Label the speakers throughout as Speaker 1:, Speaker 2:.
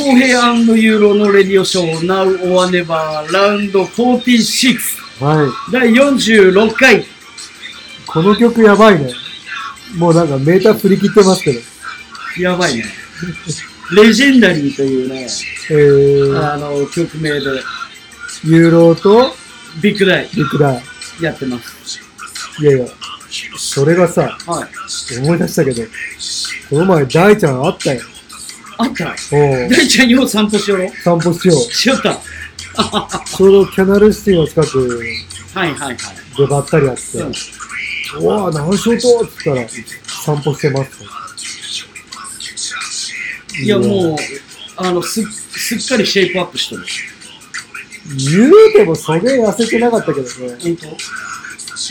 Speaker 1: ンヘアユーロのレディオショー Now or Never ラウンド46
Speaker 2: はい。
Speaker 1: 第46回
Speaker 2: この曲やばいね。もうなんかメーター振り切ってますけど。
Speaker 1: やばいねレジェンダリーというね
Speaker 2: えー、
Speaker 1: あの曲名で
Speaker 2: ユーロと
Speaker 1: ビッグダイ
Speaker 2: ビッグダイ。
Speaker 1: やってます
Speaker 2: いやいや、それがさ、
Speaker 1: はい
Speaker 2: 思い出したけど、この前大ちゃんあったよ。
Speaker 1: あった
Speaker 2: おう
Speaker 1: 大ちゃんよう散歩しよう
Speaker 2: 散歩しよう。
Speaker 1: しよった
Speaker 2: ちょうどキャナルシティの近く
Speaker 1: はいはいはい
Speaker 2: でばったりやって、
Speaker 1: うん
Speaker 2: うわぁ、何しようとっつったら、散歩してますと。
Speaker 1: いやもうあのすすっかりシェイプアップしてる
Speaker 2: 言うてもそれ痩せてなかったけどね。
Speaker 1: 本当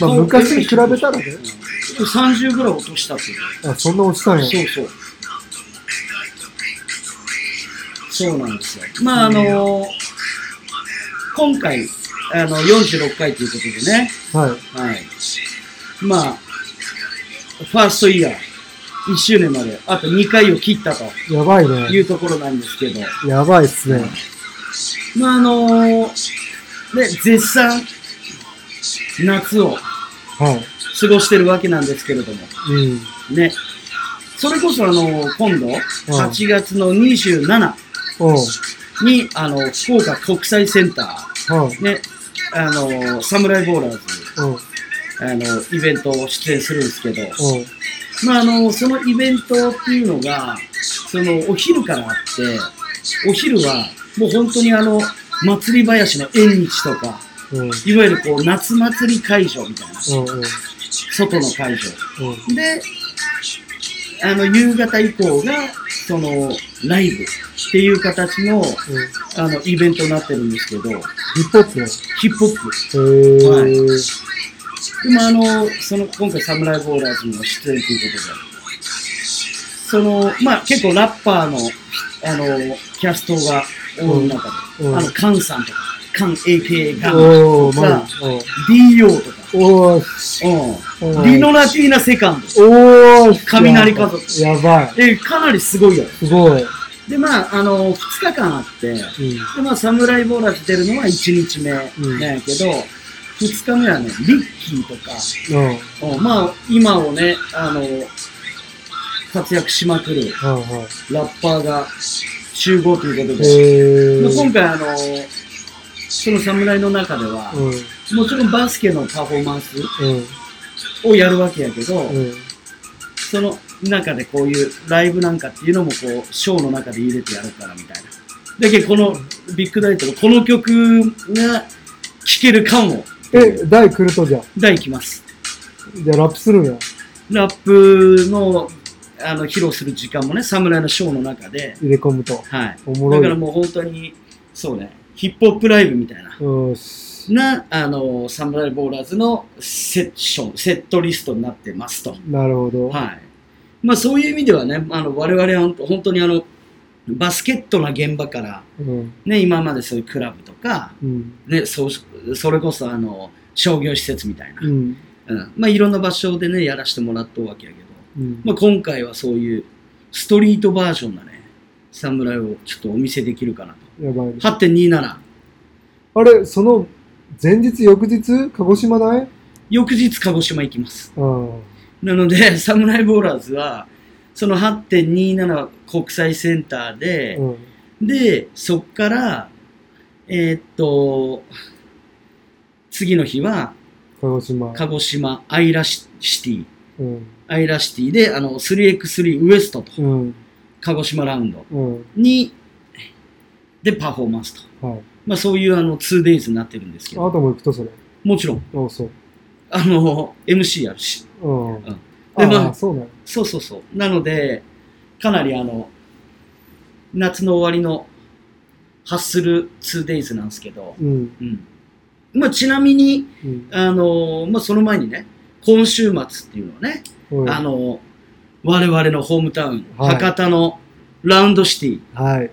Speaker 2: まあ、昔に比べたらね。
Speaker 1: 30ぐらい落としたっていう
Speaker 2: あ、そんな落ちたんや。
Speaker 1: そうそう。そうなんですよ。まあ、あの、今回、あの、46回ということでね、
Speaker 2: はい。
Speaker 1: はい。まあ、ファーストイヤー、1周年まで、あと2回を切ったと
Speaker 2: やばい
Speaker 1: い
Speaker 2: ね。
Speaker 1: うところなんですけど、
Speaker 2: やばいっすね。
Speaker 1: まあ、あの、ね、絶賛、夏を
Speaker 2: はい。
Speaker 1: 過ごしてるわけなんですけれども、
Speaker 2: うん。
Speaker 1: ね、それこそあの、今度、8月の27、
Speaker 2: おう
Speaker 1: に、あの、福岡国際センタ
Speaker 2: はい。
Speaker 1: ー、ね、あの、サムライボーラーズ、
Speaker 2: うん。
Speaker 1: あの、イベントを出演するんですけど、
Speaker 2: おう
Speaker 1: まあ、あの、そのイベントっていうのが、その、お昼からあって、お昼は、もう本当にあの、祭り林の縁日とか、
Speaker 2: うん。
Speaker 1: いわゆるこう、夏祭り会場みたいな、
Speaker 2: うん。うん。
Speaker 1: 外の会場。
Speaker 2: うん。
Speaker 1: で、あの、夕方以降が、その、ライブっていう形の、
Speaker 2: うん。
Speaker 1: あの、イベントになってるんですけど、
Speaker 2: ヒップホップね。
Speaker 1: ヒップホップ。
Speaker 2: へー。
Speaker 1: はいでもあの、その、今回サムライボーラーズの出演ということで、その、まあ結構ラッパーの、あの、キャストが多い中で、
Speaker 2: うん
Speaker 1: あの、カンさんとか、カン AKA ガン、
Speaker 2: おー、ま
Speaker 1: さ
Speaker 2: あ、おう
Speaker 1: DO とか、
Speaker 2: おー、
Speaker 1: う、
Speaker 2: うんん
Speaker 1: リノラティーナセカンド。
Speaker 2: おー、
Speaker 1: 雷家族
Speaker 2: やばい。
Speaker 1: え、かなりすごいよ。
Speaker 2: すごい。
Speaker 1: で、まあ、あの、2日間あって、で、
Speaker 2: う
Speaker 1: まあ、サムライボーラーズ出るのは1日目なんやけど、2日目はね、リッキーとか、
Speaker 2: ん。うん。うん。はい
Speaker 1: うんまあ、今をね、あの、活躍しまくる
Speaker 2: は
Speaker 1: ラッパーが集合ということ
Speaker 2: い。
Speaker 1: で、
Speaker 2: へ
Speaker 1: まあ今
Speaker 2: ー。
Speaker 1: 回あの、その侍の中では、
Speaker 2: うん。
Speaker 1: もちろんバスケのパフォーマンス
Speaker 2: うん。
Speaker 1: をやるわけやけど、
Speaker 2: うん。
Speaker 1: その中でこういうライブなんかっていうのもこう、ショーの中で入れてやるからみたいな。だけどこのビッグダイトのこの曲が聴けるかも、
Speaker 2: え、台来るとじゃあ。
Speaker 1: 第いきます。
Speaker 2: じゃあラップするんや。
Speaker 1: ラップのあの披露する時間もね、侍のショーの中で、
Speaker 2: 入れ込むと。
Speaker 1: はい。
Speaker 2: おも
Speaker 1: だから
Speaker 2: ろい。
Speaker 1: もう本当に、そうね、ヒップホップライブみたいな、
Speaker 2: うん。し
Speaker 1: な、あの、サムライボーラーズのセッション、セットリストになってますと。
Speaker 2: なるほど。
Speaker 1: はい。まあそういう意味ではね、あの、我々は本当にあの、バスケットな現場から、
Speaker 2: うん。
Speaker 1: ね、今までそういうクラブとか、
Speaker 2: うん。
Speaker 1: ね、そうそれこそあの、商業施設みたいな、
Speaker 2: うん。
Speaker 1: うん、まあいろんな場所でね、やらせてもらったわけやけど、
Speaker 2: うん。
Speaker 1: まあ、今回はそういうストリートバージョンなね、侍をちょっとお見せできるかなと。
Speaker 2: やばい。
Speaker 1: 8.27。
Speaker 2: あれ、その、前日、翌日、鹿児島ない
Speaker 1: 翌日鹿児島行きます。
Speaker 2: うん。
Speaker 1: なので、 侍ボーラーズは、その8.27国際センターで
Speaker 2: う、ん。
Speaker 1: で、そっから、えーっと、次の日は、
Speaker 2: 鹿児島。
Speaker 1: 鹿児島アイラシティ、
Speaker 2: うん。
Speaker 1: アイラシティで、あの、3x3 ウエストと、
Speaker 2: うん。
Speaker 1: 鹿児島ラウンド
Speaker 2: うん。
Speaker 1: に、で、パフォーマンスと。
Speaker 2: はい。
Speaker 1: まあ、そういうあの 2days になってるんですけ
Speaker 2: あな
Speaker 1: ど、
Speaker 2: たも行くと、それ。
Speaker 1: もちろん、
Speaker 2: あ、そう。
Speaker 1: あの、MC やるし、
Speaker 2: うん。
Speaker 1: でま
Speaker 2: あ
Speaker 1: あ
Speaker 2: あ、そうなの。
Speaker 1: そうそうそう。なので、かなりあの、夏の終わりのハッスル 2days なんですけど、
Speaker 2: うん。
Speaker 1: うん。まあ、ちなみに、
Speaker 2: うん。
Speaker 1: あの、まあ、その前にね、今週末っていうのはね、
Speaker 2: うん
Speaker 1: あの、我々のホームタウン、
Speaker 2: はい
Speaker 1: 博多のラウンドシティ、
Speaker 2: はい。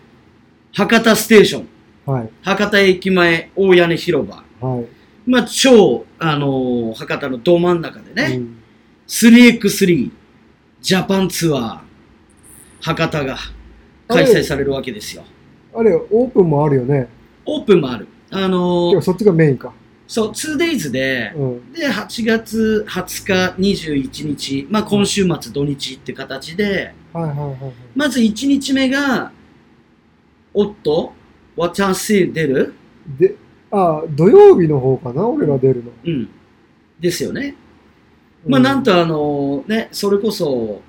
Speaker 1: 博多ステーション、
Speaker 2: はい。
Speaker 1: 博多駅前大屋根広場、
Speaker 2: はい。
Speaker 1: まあ、超、あのー博多のど真ん中でね、
Speaker 2: うん
Speaker 1: 3x3 ジャパンツアー博多が開催されるわけですよ。
Speaker 2: あれ、オープンもあるよね。
Speaker 1: オープンもある。あの
Speaker 2: てか、そっちがメインか。
Speaker 1: そう、2days で、
Speaker 2: うん。
Speaker 1: で、8月20日、21日、まあ今週末土日って形で、
Speaker 2: はいはいはいはい。
Speaker 1: まず1日目が、おっと、私出る
Speaker 2: で、あ、土曜日の方かな俺ら出るの。
Speaker 1: うん。ですよね。まあなん
Speaker 2: と。
Speaker 1: とあの、ね、それこそ、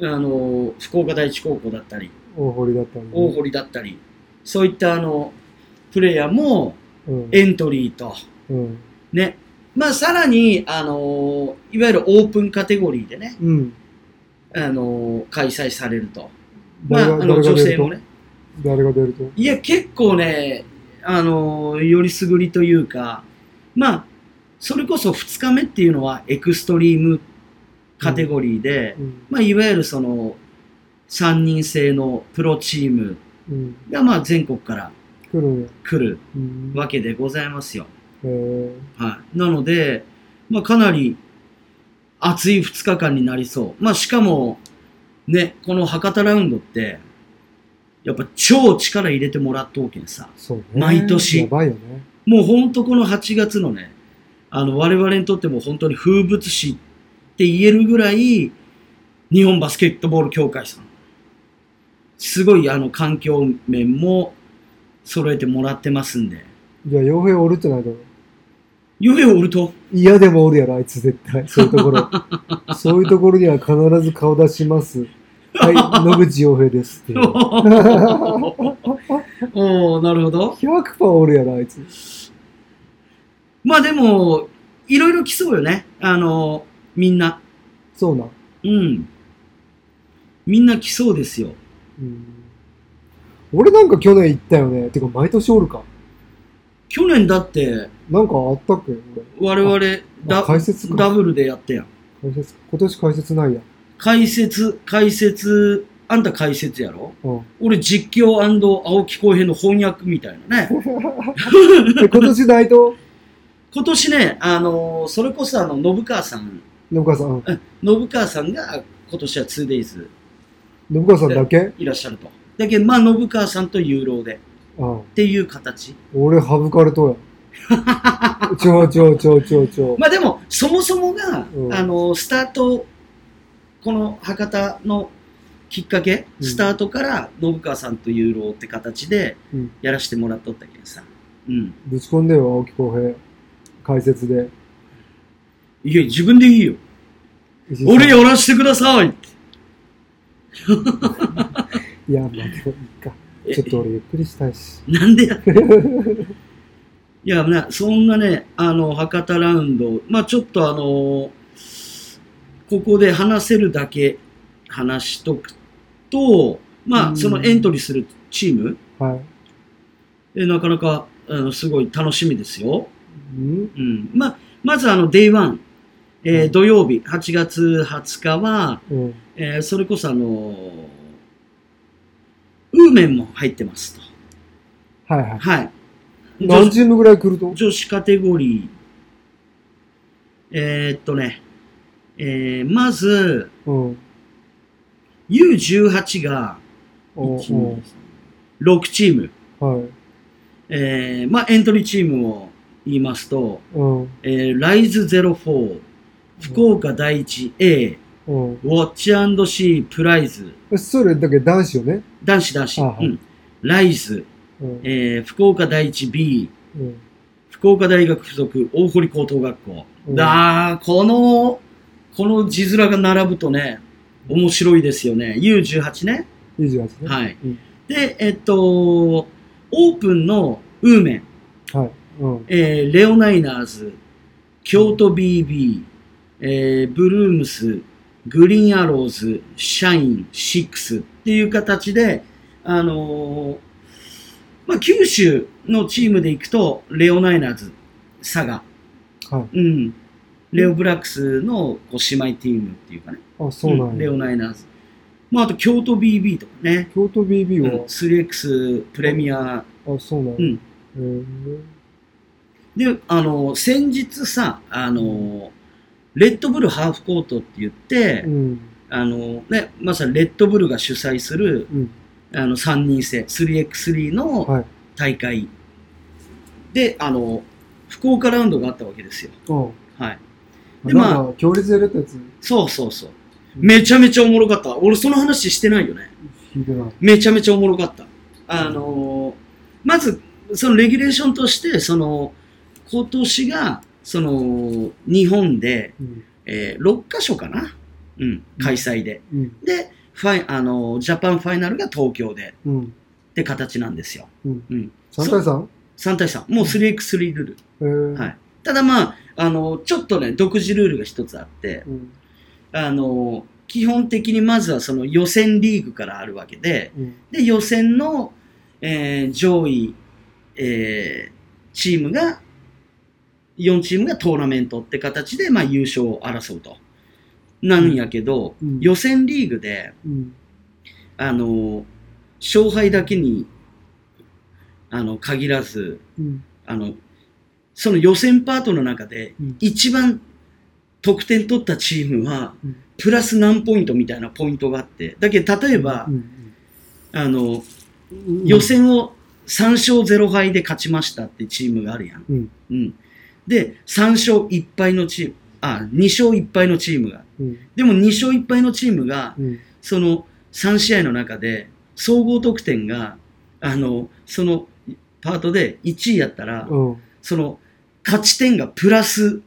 Speaker 1: あの、福岡第一高校だったり、
Speaker 2: 大堀だったんで。
Speaker 1: 大堀だったり、そういったあの、プレイヤーも
Speaker 2: うん。
Speaker 1: エントリーと、
Speaker 2: うん。
Speaker 1: ね。まあさらに、あの、いわゆるオープンカテゴリーでね、
Speaker 2: うん。
Speaker 1: あの、開催されると。まあ、
Speaker 2: 誰
Speaker 1: あ
Speaker 2: が、
Speaker 1: の、
Speaker 2: 誰が
Speaker 1: 女
Speaker 2: 出
Speaker 1: 性
Speaker 2: る
Speaker 1: も
Speaker 2: と
Speaker 1: ね。
Speaker 2: 誰が出ると
Speaker 1: いや、結構ね、あの、よりすぐりというか、まあ、それこそ2日目っていうのはエクストリームカテゴリーで、
Speaker 2: うん。
Speaker 1: まあ、いわゆるその、3人制のプロチーム
Speaker 2: うん。
Speaker 1: が、まあ、全国から
Speaker 2: 来るね。
Speaker 1: 来る
Speaker 2: うん。
Speaker 1: わけでございますよ。
Speaker 2: えー
Speaker 1: はい。なので、まあ、かなり熱い2日間になりそう。まあ、しかも、ね、この博多ラウンドって、やっぱ超力入れてもらっとうけんさ。
Speaker 2: そうね。
Speaker 1: 毎年
Speaker 2: やばいよね。
Speaker 1: もう本当この8月のね、あの、我々にとっても本当に風物詩って言えるぐらい、日本バスケットボール協会さん、すごいあの、環境面も揃えてもらってますんで。
Speaker 2: じゃあ、傭兵おるってないだろ。
Speaker 1: 夢を売ると、
Speaker 2: 嫌でもおるやろ、あいつ絶対。そういうところ。 そういうところには必ず顔出します。はい、野口洋平ですっていう。
Speaker 1: おおなるほど。
Speaker 2: 100%おるやろ、あいつ。
Speaker 1: まあでも、いろいろ来そうよね。あの、みんな。
Speaker 2: そうなん。
Speaker 1: うん。みんな来そうですよ。
Speaker 2: うん俺なんか去年行ったよね。てか、毎年おるか。
Speaker 1: 去年だって、
Speaker 2: なんかあったっけ俺。
Speaker 1: 我々
Speaker 2: あ
Speaker 1: ダ
Speaker 2: 解説か
Speaker 1: ダブルでやったやん。
Speaker 2: 解説今年解説ないや。
Speaker 1: 解説、解説、あんた解説やろ
Speaker 2: うん。
Speaker 1: 俺実況青木浩平の翻訳みたいなね。
Speaker 2: で、今年大東
Speaker 1: 今年ね、あのーそれこそあの、信川さん、
Speaker 2: 信川さん。うん
Speaker 1: 信川さんが今年は 2days
Speaker 2: 信川さんだけ
Speaker 1: いらっしゃると。だけど、まあ、信川さんとユーロでっ
Speaker 2: うん。
Speaker 1: ていう形。
Speaker 2: 俺、省かれとう や。ちょちょちょちょちょ。
Speaker 1: まあでも、そもそもが、
Speaker 2: うん
Speaker 1: あのースタート、この博多のきっかけ、
Speaker 2: うん
Speaker 1: スタートから信川さんとユーロって形で
Speaker 2: うん
Speaker 1: やらせてもらっとったけどさ。うん。
Speaker 2: ぶち込んでよ、青木浩平。解説で。
Speaker 1: いや、自分でいいよ。
Speaker 2: 石井さん
Speaker 1: 俺やらしてください
Speaker 2: いや、まあ、でもいいか。ちょっと俺、ゆっくりしたいし。
Speaker 1: えなんでやいや、な、そんなね、あの、博多ラウンド、まあちょっとあの、ここで話せるだけ話しとくと、ま
Speaker 2: う
Speaker 1: あ
Speaker 2: ん
Speaker 1: そのエントリーするチーム、
Speaker 2: はい。
Speaker 1: えなかなか、あの、すごい楽しみですよ。
Speaker 2: うん
Speaker 1: うん。まあ、まずあの、デイワン、えー
Speaker 2: うん
Speaker 1: 土曜日、8月20日は、
Speaker 2: うん。
Speaker 1: えーそれこそあの、ウーメンも入ってますと。
Speaker 2: はいはい。
Speaker 1: はい。女
Speaker 2: 何
Speaker 1: 子
Speaker 2: チームぐらい来ると
Speaker 1: 女子カテゴリー。えーっとね、えー、まず、
Speaker 2: うん。
Speaker 1: U18 が
Speaker 2: お
Speaker 1: 1
Speaker 2: お
Speaker 1: 6チーム。
Speaker 2: はい。
Speaker 1: えー、まあエントリーチームを言いますと、
Speaker 2: うん。
Speaker 1: えー、ライズ04、福岡第一 A、
Speaker 2: うん。
Speaker 1: ウォッチ &C プライズ、
Speaker 2: えそれだけ男子よね。
Speaker 1: 男子男子、
Speaker 2: あはい
Speaker 1: うん、ライズ、
Speaker 2: うん。
Speaker 1: えー、福岡第一 B、
Speaker 2: うん。
Speaker 1: 福岡大学附属大堀高等学校。
Speaker 2: うん
Speaker 1: だーこの、この字面が並ぶとね、面白いですよね。U18 ね。
Speaker 2: 28ね。
Speaker 1: はい。
Speaker 2: うん
Speaker 1: で、えっと、オープンのウーメン、
Speaker 2: はい。うん。
Speaker 1: えーレオナイナーズ、京都 BB、えーブルームス、グリーンアローズ、シャイン、シックスっていう形で、あのーまあ、九州のチームで行くと、レオナイナーズ、佐賀、
Speaker 2: は
Speaker 1: うん。レオブラックスのこう姉妹チームっていうかね。
Speaker 2: い。あ、そうな
Speaker 1: うんレ
Speaker 2: や
Speaker 1: オ。ナイナーズ。まあ、あと京都 BB とかね。
Speaker 2: 京都
Speaker 1: う
Speaker 2: BB
Speaker 1: ん
Speaker 2: は、
Speaker 1: 3X プレミア。
Speaker 2: あ、そうなんや。
Speaker 1: うん。
Speaker 2: えー
Speaker 1: で、あの、先日さ、あの、レッドブルハーフコートって言って、
Speaker 2: うん。
Speaker 1: あの、ね、まさにレッドブルが主催する
Speaker 2: うん。
Speaker 1: あの3人制 3x3 の
Speaker 2: はい。
Speaker 1: 大会、であの福岡ラウンドがあったわけですよ
Speaker 2: うん。
Speaker 1: はいでまあ
Speaker 2: なんか、強烈でやったやつ、
Speaker 1: そうそうそうめちゃめちゃおもろかった俺その話してないよね
Speaker 2: 聞いてない。
Speaker 1: めちゃめちゃおもろかった。あのーまず、そのレギュレーションとして、その、今年が、その、日本で、
Speaker 2: うん。
Speaker 1: えー6カ所かなうん、開催で。
Speaker 2: うん。
Speaker 1: で、ファイ、あのージャパンファイナルが東京で、
Speaker 2: うん。
Speaker 1: って形なんですよ。
Speaker 2: うん。
Speaker 1: うん。
Speaker 2: 3対 3?
Speaker 1: 3対3。もう 3x3 ルール。
Speaker 2: えー
Speaker 1: はいただまあ、あのーちょっとね、独自ルールが一つあって、
Speaker 2: うん。
Speaker 1: あのー基本的にまずはその予選リーグからあるわけで、
Speaker 2: うん。
Speaker 1: で予選の、えー上位、えーチームが4チームがトーナメントって形で、まあ、優勝を争うとなんやけど、
Speaker 2: うん
Speaker 1: 予選リーグで、
Speaker 2: うん。
Speaker 1: あのー勝敗だけにあの限らず
Speaker 2: うん。
Speaker 1: あのその予選パートの中で
Speaker 2: うん
Speaker 1: 一番得点取ったチームは
Speaker 2: うん
Speaker 1: プラス何ポイントみたいなポイントがあってだけど例えば、
Speaker 2: うん
Speaker 1: あの
Speaker 2: うん
Speaker 1: 予選を3勝0敗で勝ちましたってチームがあるやん。
Speaker 2: うん
Speaker 1: で、3勝1敗のチーム、あ、2勝1敗のチームが。
Speaker 2: うん。
Speaker 1: でも2勝1敗のチームが、
Speaker 2: うん。
Speaker 1: その3試合の中で、総合得点が、あの、そのパートで1位やったら、
Speaker 2: うん。
Speaker 1: その勝ち点がプラス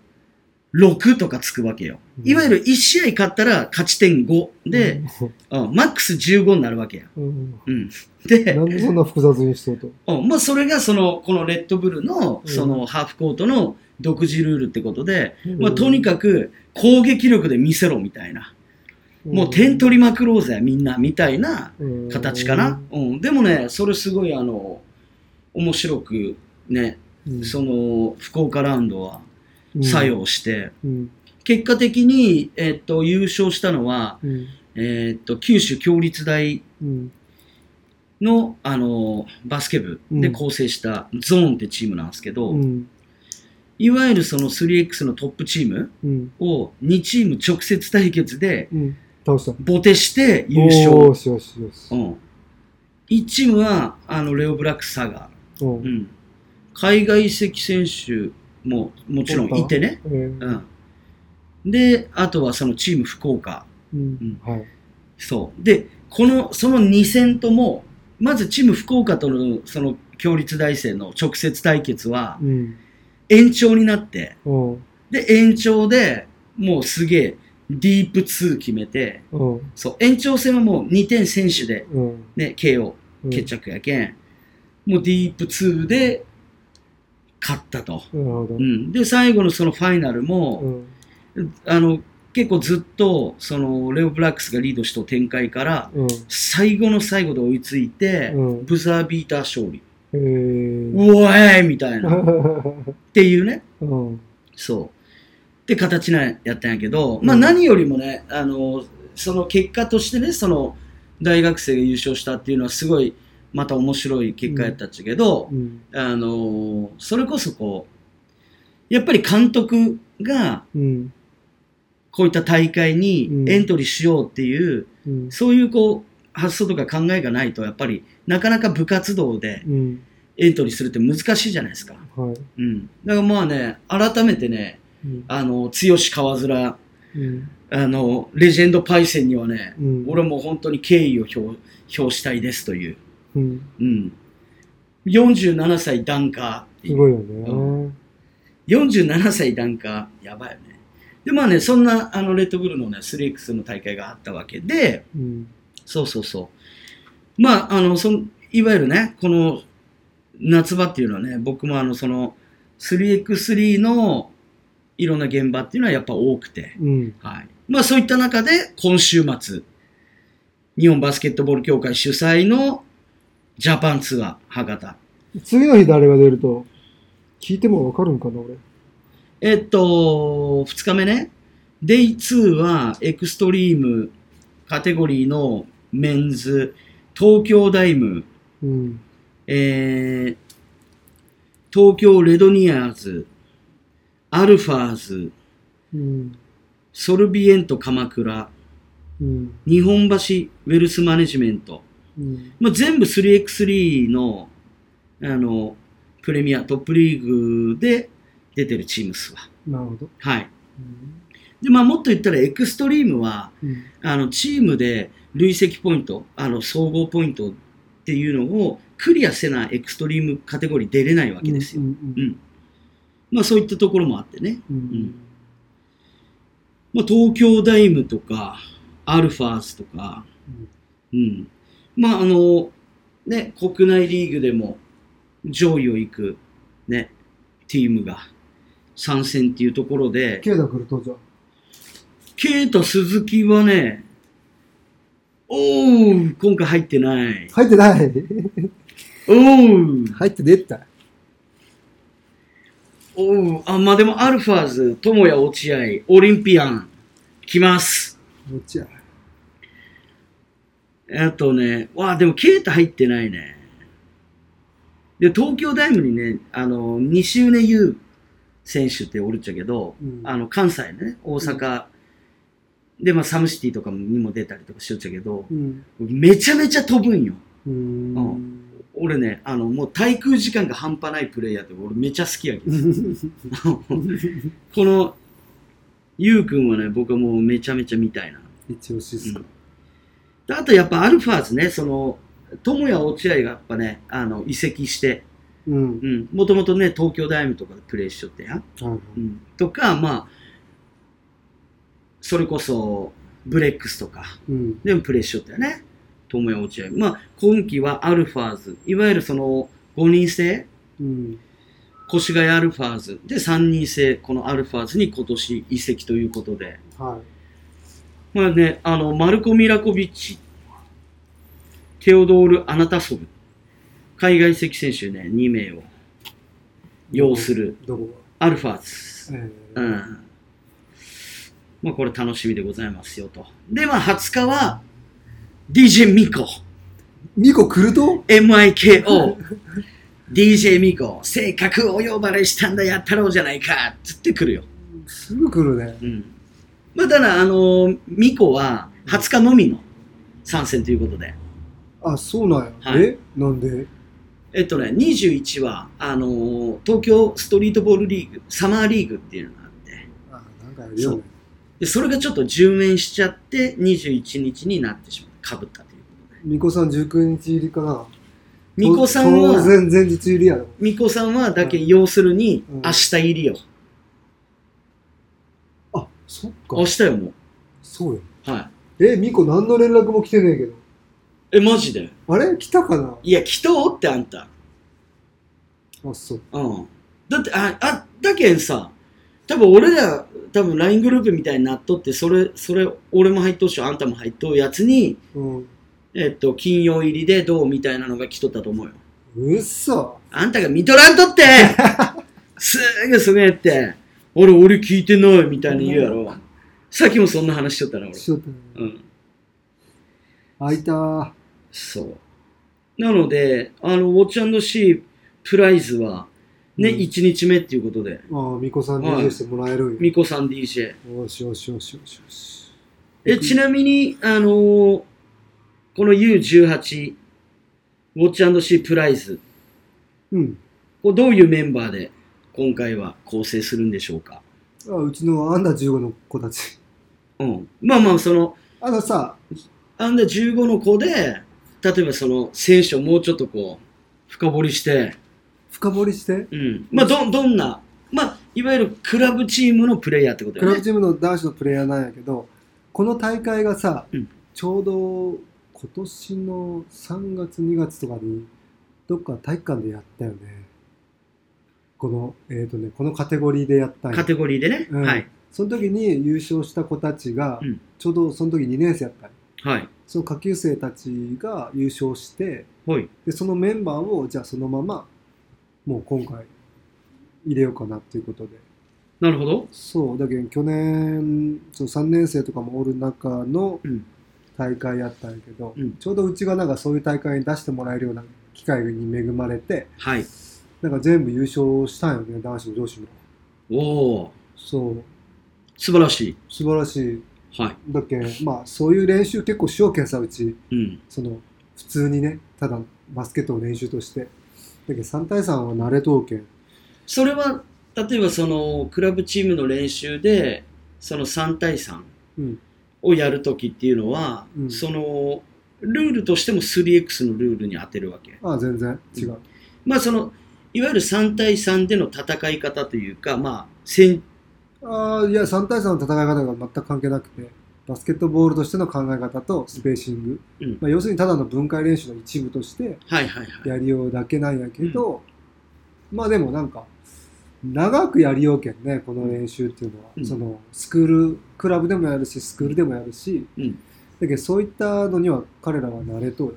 Speaker 1: 6とかつくわけよ。
Speaker 2: うん
Speaker 1: いわゆる1試合勝ったら勝ち点5で、あマックス15になるわけや。
Speaker 2: うん、うん。
Speaker 1: うん。 で、
Speaker 2: なんでそんな複雑にしとうと。
Speaker 1: うん、まあそれがその、このレッドブルの、
Speaker 2: うん
Speaker 1: その、ハーフコートの独自ルールってことで、まあとに
Speaker 2: か
Speaker 1: かく攻撃力で見せろみたいな。
Speaker 2: く
Speaker 1: もう点取りまくろうぜ、みんな、みたいな
Speaker 2: り
Speaker 1: 形かな。。うん。でもね、それすごいあの、面白くね、
Speaker 2: うん
Speaker 1: その、福岡ラウンドは作。用して、
Speaker 2: うん。
Speaker 1: 結果的に、えっと、優勝したのは、
Speaker 2: うん。
Speaker 1: えっと、九州共立大
Speaker 2: うん。
Speaker 1: の、あの、バスケ部で構成したゾーンってチームなんですけど、
Speaker 2: うん。
Speaker 1: いわゆるその 3X のトップチーム
Speaker 2: うん。
Speaker 1: を2チーム直接対決で
Speaker 2: うん。倒した。
Speaker 1: ボテして優勝。
Speaker 2: よしよしよし
Speaker 1: う。ん、1チームはあのレオ・ブラック・サガ
Speaker 2: う。
Speaker 1: ー、うんん、海外移籍選手ももちろんいてね、
Speaker 2: えー
Speaker 1: うん、であとはそのチーム福岡
Speaker 2: うん。はい。
Speaker 1: そうでこのその2戦ともまずチーム福岡とのその共立大生の直接対決は
Speaker 2: うん。
Speaker 1: 延長になって、
Speaker 2: うん。
Speaker 1: で、延長でもうすげえディープ2決めて、
Speaker 2: うん。
Speaker 1: そう、延長戦はもう2点選手で、
Speaker 2: うん。
Speaker 1: ね、KO
Speaker 2: うん
Speaker 1: 決。着やけん、もうディープ2で勝ったと。
Speaker 2: なるほど
Speaker 1: う。ん。で、最後のそのファイナル
Speaker 2: う
Speaker 1: も、
Speaker 2: ん。
Speaker 1: あの、結構ずっと、その、レオブラックスがリードした展開から、
Speaker 2: うん。
Speaker 1: 最後の最後で追いついて、
Speaker 2: うん。
Speaker 1: ブザービーター勝利。
Speaker 2: えー。
Speaker 1: うわーいみたいな。っていうね。
Speaker 2: うん。
Speaker 1: そう。って形なんやったんやけど、まあ
Speaker 2: うん
Speaker 1: 何よりもね、あの、その結果としてね、その大学生が優勝したっていうのはすごい、また面白い結果やったっちゃけど、
Speaker 2: うん。
Speaker 1: あの、それこそこう、やっぱり監督が
Speaker 2: うん。
Speaker 1: こういった大会
Speaker 2: う
Speaker 1: に
Speaker 2: ん
Speaker 1: エントリーしようっていう、
Speaker 2: うん。
Speaker 1: そういうこう、発想とか考えがないと、やっぱりなかなか部活動で
Speaker 2: うん。
Speaker 1: エントリーするって難しいじゃないですか。
Speaker 2: はい。
Speaker 1: うん。だからまあね、改めてね、
Speaker 2: うん。
Speaker 1: あの、剛川面、
Speaker 2: うん。
Speaker 1: あの、レジェンドパイセンにはね、
Speaker 2: うん。
Speaker 1: 俺はもう本当に敬意を表表したいですという。
Speaker 2: うん。
Speaker 1: うん。47歳ダンカーって
Speaker 2: す
Speaker 1: いう。
Speaker 2: ごいよね。
Speaker 1: 47歳ダンカー、やばいよね。で、まあね、そんな、あの、レッドブルのね、3X の大会があったわけで、
Speaker 2: うん。
Speaker 1: そうそうそう。まあ、あの、そんいわゆるね、この夏場っていうのはね、僕もあの、その、3X3 のいろんな現場っていうのはやっぱ多くて、
Speaker 2: うん。
Speaker 1: はい。まあそういった中で、今週末、日本バスケットボール協会主催のジャパンツアー博多。
Speaker 2: 次の日誰が出ると、聞いてもわかるんかな、俺。
Speaker 1: えっと、2日目ね、デイ2はエクストリームカテゴリーのメンズ、東京ダイム、
Speaker 2: うん。
Speaker 1: えー、東京レドニアーズ、アルファーズ、
Speaker 2: うん。
Speaker 1: ソルビエント鎌倉、
Speaker 2: うん。
Speaker 1: 日本橋ウェルスマネジメント、
Speaker 2: うん
Speaker 1: もう全部 3x3 の、あの、プレミアトップリーグで出てるチームっすわ。
Speaker 2: なるほど。
Speaker 1: はい。
Speaker 2: うん
Speaker 1: で、まあもっと言ったらエクストリームは、
Speaker 2: うん
Speaker 1: あの、チームで累積ポイント、あの、総合ポイントっていうのをクリアせなエクストリームカテゴリー出れないわけですよ。
Speaker 2: うんうん
Speaker 1: まあそういったところもあってね。
Speaker 2: うん
Speaker 1: んまあ東京ダイムとか、アルファーズとか、うん。まあ、あの、ね、国内リーグでも上位を行く、ね、チームが参戦っていうところで、
Speaker 2: ケイダ来るとじゃあ
Speaker 1: ケイタ・鈴木はね、おう、今回入ってない。
Speaker 2: 入ってない
Speaker 1: おう、
Speaker 2: 入って出た。
Speaker 1: おう、あ、まあ、でもアルファーズ、友也落合、オリンピアン、来ます。
Speaker 2: もちや。
Speaker 1: あとね、わあ、でもケイタ入ってないね。で、東京ダイムにね、あの、西宗優選手っておるっちゃけど、
Speaker 2: うん
Speaker 1: あの、関西のね、大阪、で、まあ、サムシティとかにも出たりとかしよっちゃけど、
Speaker 2: うん。
Speaker 1: めちゃめちゃ飛ぶんよ。
Speaker 2: うーん。
Speaker 1: 俺ね、あの、もう滞空時間が半端ないプレイヤーって俺めちゃ好きやけど、 この、優くんはね、僕はもうめちゃめちゃ見たいな。
Speaker 2: 一押しっすか。
Speaker 1: であとやっぱアルファーズね、その、友也落合がやっぱね、あの、移籍して、
Speaker 2: うん。
Speaker 1: うん、もともとね、東京ダイムとかでプレーしちょってやん。
Speaker 2: はいはい
Speaker 1: うん、とか、まあ、それこそ、ブレックスとか
Speaker 2: うん。
Speaker 1: でもプレーしちょったよね。友也落合。まあ、今季はアルファーズ、いわゆるその、5人制
Speaker 2: うん。
Speaker 1: 越谷アルファーズで3人制、このアルファーズに今年移籍ということで、
Speaker 2: は
Speaker 1: まあね、あの、マルコ・ミラコビッチ、テオドール・アナタソブ、海外籍選手ね、2名を
Speaker 2: い。
Speaker 1: 要する
Speaker 2: どこ
Speaker 1: アルファーズ。
Speaker 2: え
Speaker 1: う
Speaker 2: ー
Speaker 1: ん。まあこれ楽しみでございますよと。で、まあ20日は、DJ ミコ、
Speaker 2: ミコ来ると
Speaker 1: MIKO、DJ ミコ、性格を呼ばれしたんだ、やったろうじゃないか、つって来るよ。
Speaker 2: すぐ来るね。
Speaker 1: うん。まあ、ただ、あのー、ミコは20日のみの参戦ということで。
Speaker 2: あ、そうなんや。
Speaker 1: はい
Speaker 2: えなんで
Speaker 1: えっとね、21は、あのー、東京ストリートボールリーグ、サマーリーグっていうのがあって、
Speaker 2: あ、なんかやるよね。
Speaker 1: で、それがちょっと順延しちゃって、21日になってしまう。かぶったということで。
Speaker 2: ミコさん19日入りかな。
Speaker 1: ミコさん
Speaker 2: と当
Speaker 1: は、
Speaker 2: 然前日入りやろ。
Speaker 1: ミコさんは、だけ要するに、
Speaker 2: う
Speaker 1: 明
Speaker 2: ん
Speaker 1: 日入りよ。
Speaker 2: あ、そっか
Speaker 1: 明。日よ、も
Speaker 2: そうや。
Speaker 1: う。はい。
Speaker 2: え、ミコ何の連絡も来てねえけど。
Speaker 1: え、マジで
Speaker 2: あれ来たかない
Speaker 1: や、来とうって、あんた。
Speaker 2: あ、そう。
Speaker 1: うん。だって、あ、あ、だけんさ、多分俺ら、多分 LINE グループみたいになっとって、それ、それ、俺も入っとうし、あんたも入っとうやつに、
Speaker 2: うん。
Speaker 1: えっと、金曜入りでどうみたいなのが来とったと思うよ。
Speaker 2: うっそ。
Speaker 1: あんたが見とらんと ってすぐすぐやって、俺、俺聞いてないみたいに言うやろ。さっきもそんな話しとったな、俺。
Speaker 2: しよったね。
Speaker 1: うん。
Speaker 2: 開いたー。
Speaker 1: そう。なので、あの、ウォッチシープライズは、ね、
Speaker 2: うん
Speaker 1: 1日目っていうことで、
Speaker 2: ああ、ミコさんに
Speaker 1: はい
Speaker 2: 入してもらえるんや。
Speaker 1: ミコさん DJ。
Speaker 2: よしよしよしよしよし。
Speaker 1: え、ちなみに、あのーこの U18、ウォッチシープライズ、
Speaker 2: うん。
Speaker 1: これどういうメンバーで今回は構成するんでしょうか
Speaker 2: あうちのアンダー15の子たち。
Speaker 1: うん。まあまあ、その、
Speaker 2: あのさ、
Speaker 1: アンダー15の子で、例えばその選手をもうちょっとこう、深掘りして、
Speaker 2: 深掘りして、
Speaker 1: うん。まあ、ど、どんな、まあ、いわゆるクラブチームのプレイヤーってこと
Speaker 2: ク
Speaker 1: よ
Speaker 2: ラ
Speaker 1: ね
Speaker 2: ブ。チームの男子のプレイヤーなんやけど、この大会がさ、
Speaker 1: うん
Speaker 2: ちょうど今年の3月、2月とかに、どっか体育館でやったよね。この、えっ、とね、このカテゴリーでやったんや
Speaker 1: カテゴリーでね。
Speaker 2: うん
Speaker 1: はい。
Speaker 2: その時に優勝した子たちが、
Speaker 1: うん
Speaker 2: ちょうどその時2年生やったんや
Speaker 1: はい。
Speaker 2: その下級生たちが優勝して、
Speaker 1: ほい。
Speaker 2: でそのメンバーをじゃあそのままもう今回入れようかなっていうことで
Speaker 1: なるほど。
Speaker 2: そうだけど去年そう3年生とかもおる中の
Speaker 1: うん
Speaker 2: 大会やったんやけど、
Speaker 1: うん
Speaker 2: ちょうどうちがなんかそういう大会に出してもらえるような機会に恵まれて
Speaker 1: はい。
Speaker 2: なんか全部優勝したんよね男子も女子も
Speaker 1: おお
Speaker 2: そう
Speaker 1: 素晴らし
Speaker 2: 素晴らしい
Speaker 1: い。はい。
Speaker 2: だけどまあそういう練習結構しようけんさうち
Speaker 1: うん。
Speaker 2: その普通にね、ただバスケットの練習として。だけど3対3は慣れ統計。
Speaker 1: それは、例えばその、クラブチームの練習で、その3対3
Speaker 2: うん
Speaker 1: をやるときっていうのは、
Speaker 2: うん
Speaker 1: その、ルールとしても 3X のルールに当てるわけ。
Speaker 2: ああ、全然違う。
Speaker 1: まあその、いわゆる3対3での戦い方というか、まあ、戦
Speaker 2: ああ、いや、3対3の戦い方が全く関係なくて、バスケットボールとしての考え方とスペーシング。
Speaker 1: うん
Speaker 2: まあ、要するにただの分解練習の一部として
Speaker 1: はいはいはい。
Speaker 2: やりようだけなんやけど、まあでもなんか、長くやりようけんね、この練習っていうのは。
Speaker 1: うん
Speaker 2: その、スクール、クラブでもやるし、スクールでもやるし、
Speaker 1: うん
Speaker 2: だけどそういったのには彼らは慣れとる。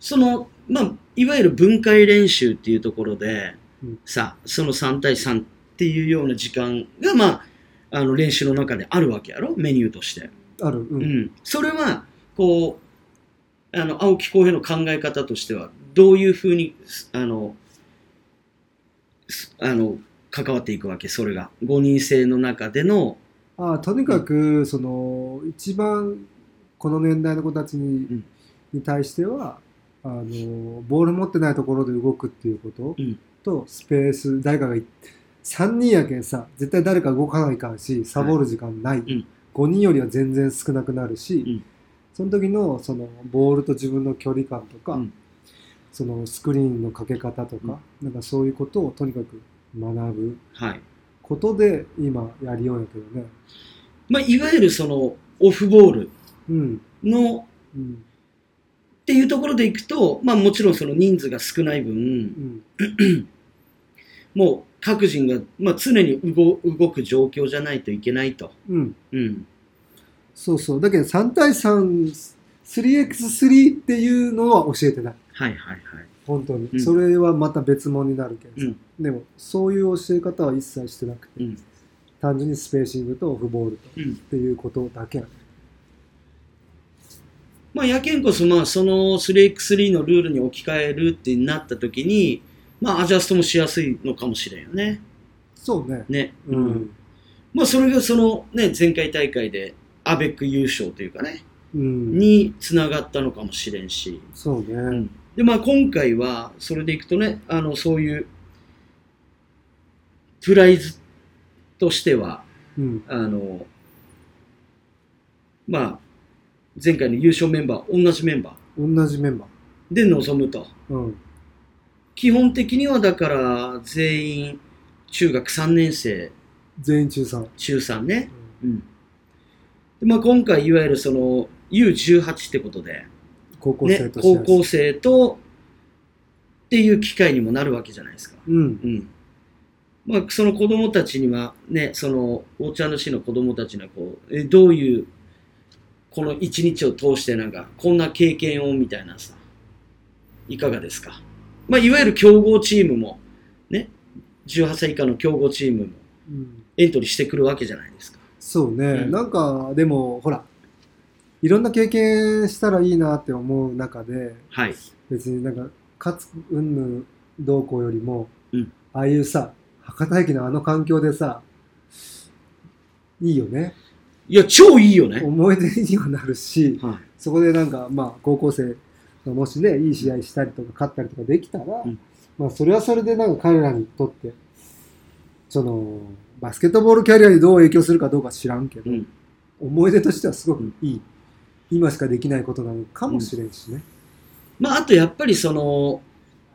Speaker 1: その、まあ、いわゆる分解練習っていうところで、
Speaker 2: うん
Speaker 1: さ、その3対3っていうような時間が、まあ、あの練習の中であるわけやろメニューとして。
Speaker 2: ある、う。
Speaker 1: うんん。それは、こう、あの、青木浩平の考え方としては、どういうふうに、すあの、すあの、関わっていくわけ、それが。5人制の中での、
Speaker 2: ああとにかく、その、一番この年代の子たちに,、
Speaker 1: うん
Speaker 2: に対してはあの、ボール持ってないところで動くっていうこと
Speaker 1: うん
Speaker 2: と、スペース、誰かがい、3人やけんさ、絶対誰か動かないかんし、サボる時間ない、
Speaker 1: ん
Speaker 2: 5人よりは全然少なくなるし、
Speaker 1: うん
Speaker 2: その時のそのボールと自分の距離感とか、
Speaker 1: うん
Speaker 2: そのスクリーンのかけ方とか、なんかそういうことをとにかく学ぶ
Speaker 1: はい。
Speaker 2: ことで、今やりようやけどね。
Speaker 1: まあ、いわゆるその、オフボール
Speaker 2: うん。
Speaker 1: の
Speaker 2: うん。
Speaker 1: っていうところでいくと、まあ、もちろんその人数が少ない分
Speaker 2: う、ん。
Speaker 1: もう各人が、まあ、常に動動く状況じゃないといけないと。
Speaker 2: うん、
Speaker 1: うん。
Speaker 2: そうそう。だけど3対3、3x3 っていうのは教えてない。
Speaker 1: はいはいはい。
Speaker 2: 本当に。
Speaker 1: うん
Speaker 2: それはまた別物になるけど
Speaker 1: う
Speaker 2: さ、
Speaker 1: ん。
Speaker 2: でも、そういう教え方は一切してなくて、
Speaker 1: うん。
Speaker 2: 単純にスペーシングとオフボールと、
Speaker 1: うん
Speaker 2: っていうことだけやね。
Speaker 1: まあ、やけんこそ、まあ、その 3x3 のルールに置き換えるってなった時に、まあ、アジャストもしやすいのかもしれんよね。
Speaker 2: そうね。
Speaker 1: ね。
Speaker 2: うん。
Speaker 1: まあ、それがその、ね、前回大会で、アベック優勝というかね、
Speaker 2: うん。
Speaker 1: につながったのかもしれんし。
Speaker 2: そうね。
Speaker 1: で、まあ、今回は、それでいくとね、あの、そういう、プライズとしては、
Speaker 2: うん。
Speaker 1: あの、まあ、前回の優勝メンバー、同じメンバ
Speaker 2: 同じメンバー。
Speaker 1: ーで臨むと。
Speaker 2: うん。
Speaker 1: 基本的には、だから、全員、中学3年生、
Speaker 2: 全員中3。
Speaker 1: 中3ね。うん。でまあ、今回、いわゆるその、U18 ってことで、
Speaker 2: 高校生
Speaker 1: ね、
Speaker 2: と
Speaker 1: 高
Speaker 2: して。
Speaker 1: 校生と、っていう機会にもなるわけじゃないですか。
Speaker 2: うん。
Speaker 1: うん。まあ、その子供たちには、ね、その、お茶の市の子供たちには、こう、え、どういう、この一日を通してなんか、こんな経験をみたいなさ、いかがですか。まあ、いわゆる強豪チームも、ね、18歳以下の強豪チームも
Speaker 2: うん。
Speaker 1: エントリーしてくるわけじゃないですか。
Speaker 2: そうね、
Speaker 1: うん
Speaker 2: なんかでもほらいろんな経験したらいいなって思う中で
Speaker 1: はい。
Speaker 2: 別になんか勝つ云々どうこうよりも、
Speaker 1: うん
Speaker 2: ああいうさ博多駅のあの環境でさいいよね
Speaker 1: いや、超いいよね。
Speaker 2: 思い出にはなるし
Speaker 1: は
Speaker 2: そこでなんかまあ高校生がもしねいい試合したりとか勝ったりとかできたら、
Speaker 1: うん
Speaker 2: まあそれはそれでなんか彼らにとってそのバスケットボールキャリアにどう影響するかどうか知らんけど、
Speaker 1: い。うん。
Speaker 2: 思い出としてはすごくいい、今しかできないことなのかもしれんしね、
Speaker 1: まあ、あとやっぱりその、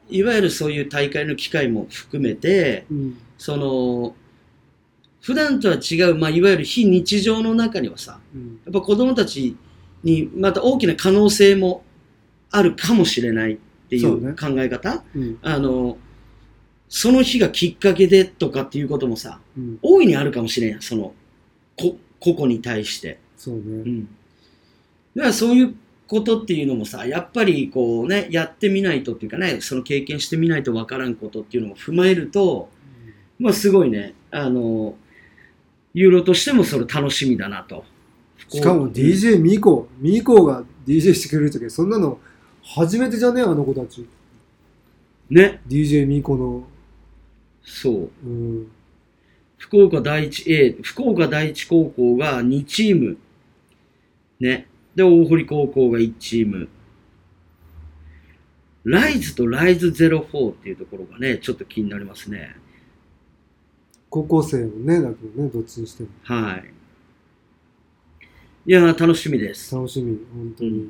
Speaker 1: いわゆるそういう大会の機会も含めて、
Speaker 2: うん
Speaker 1: その普段とは違う、まあ、いわゆる非日常の中にはさ
Speaker 2: うん
Speaker 1: やっぱ子どもたちにまた大きな可能性もあるかもしれないってい
Speaker 2: そう
Speaker 1: う
Speaker 2: ね
Speaker 1: 考え方
Speaker 2: うん
Speaker 1: あのその日がきっかけでとかっていうこともさ
Speaker 2: うん、
Speaker 1: 大いにあるかもしれんやんそのこ個々に対して、
Speaker 2: そう
Speaker 1: う
Speaker 2: ね、
Speaker 1: ん、だからそういうことっていうのもさやっぱりこうねやってみないとっていうかねその経験してみないとわからんことっていうのも踏まえるとまあすごいね、あの、ユーロとしてもそれ楽しみだなと。
Speaker 2: しかも
Speaker 1: こう
Speaker 2: DJ ミコミコが DJ してくれる時そんなの初めてじゃねえあの子たち
Speaker 1: ね、
Speaker 2: DJ ミコの、
Speaker 1: そう。
Speaker 2: うん、
Speaker 1: 福岡第一 A、福岡第一高校が2チーム。ね。で、大堀高校が1チーム。ライズとライズ04っていうところがね、ちょっと気になりますね。
Speaker 2: 高校生もね、だけどね、どっちにしても。
Speaker 1: はい。いやー、楽しみです。
Speaker 2: 楽しみ、本当に。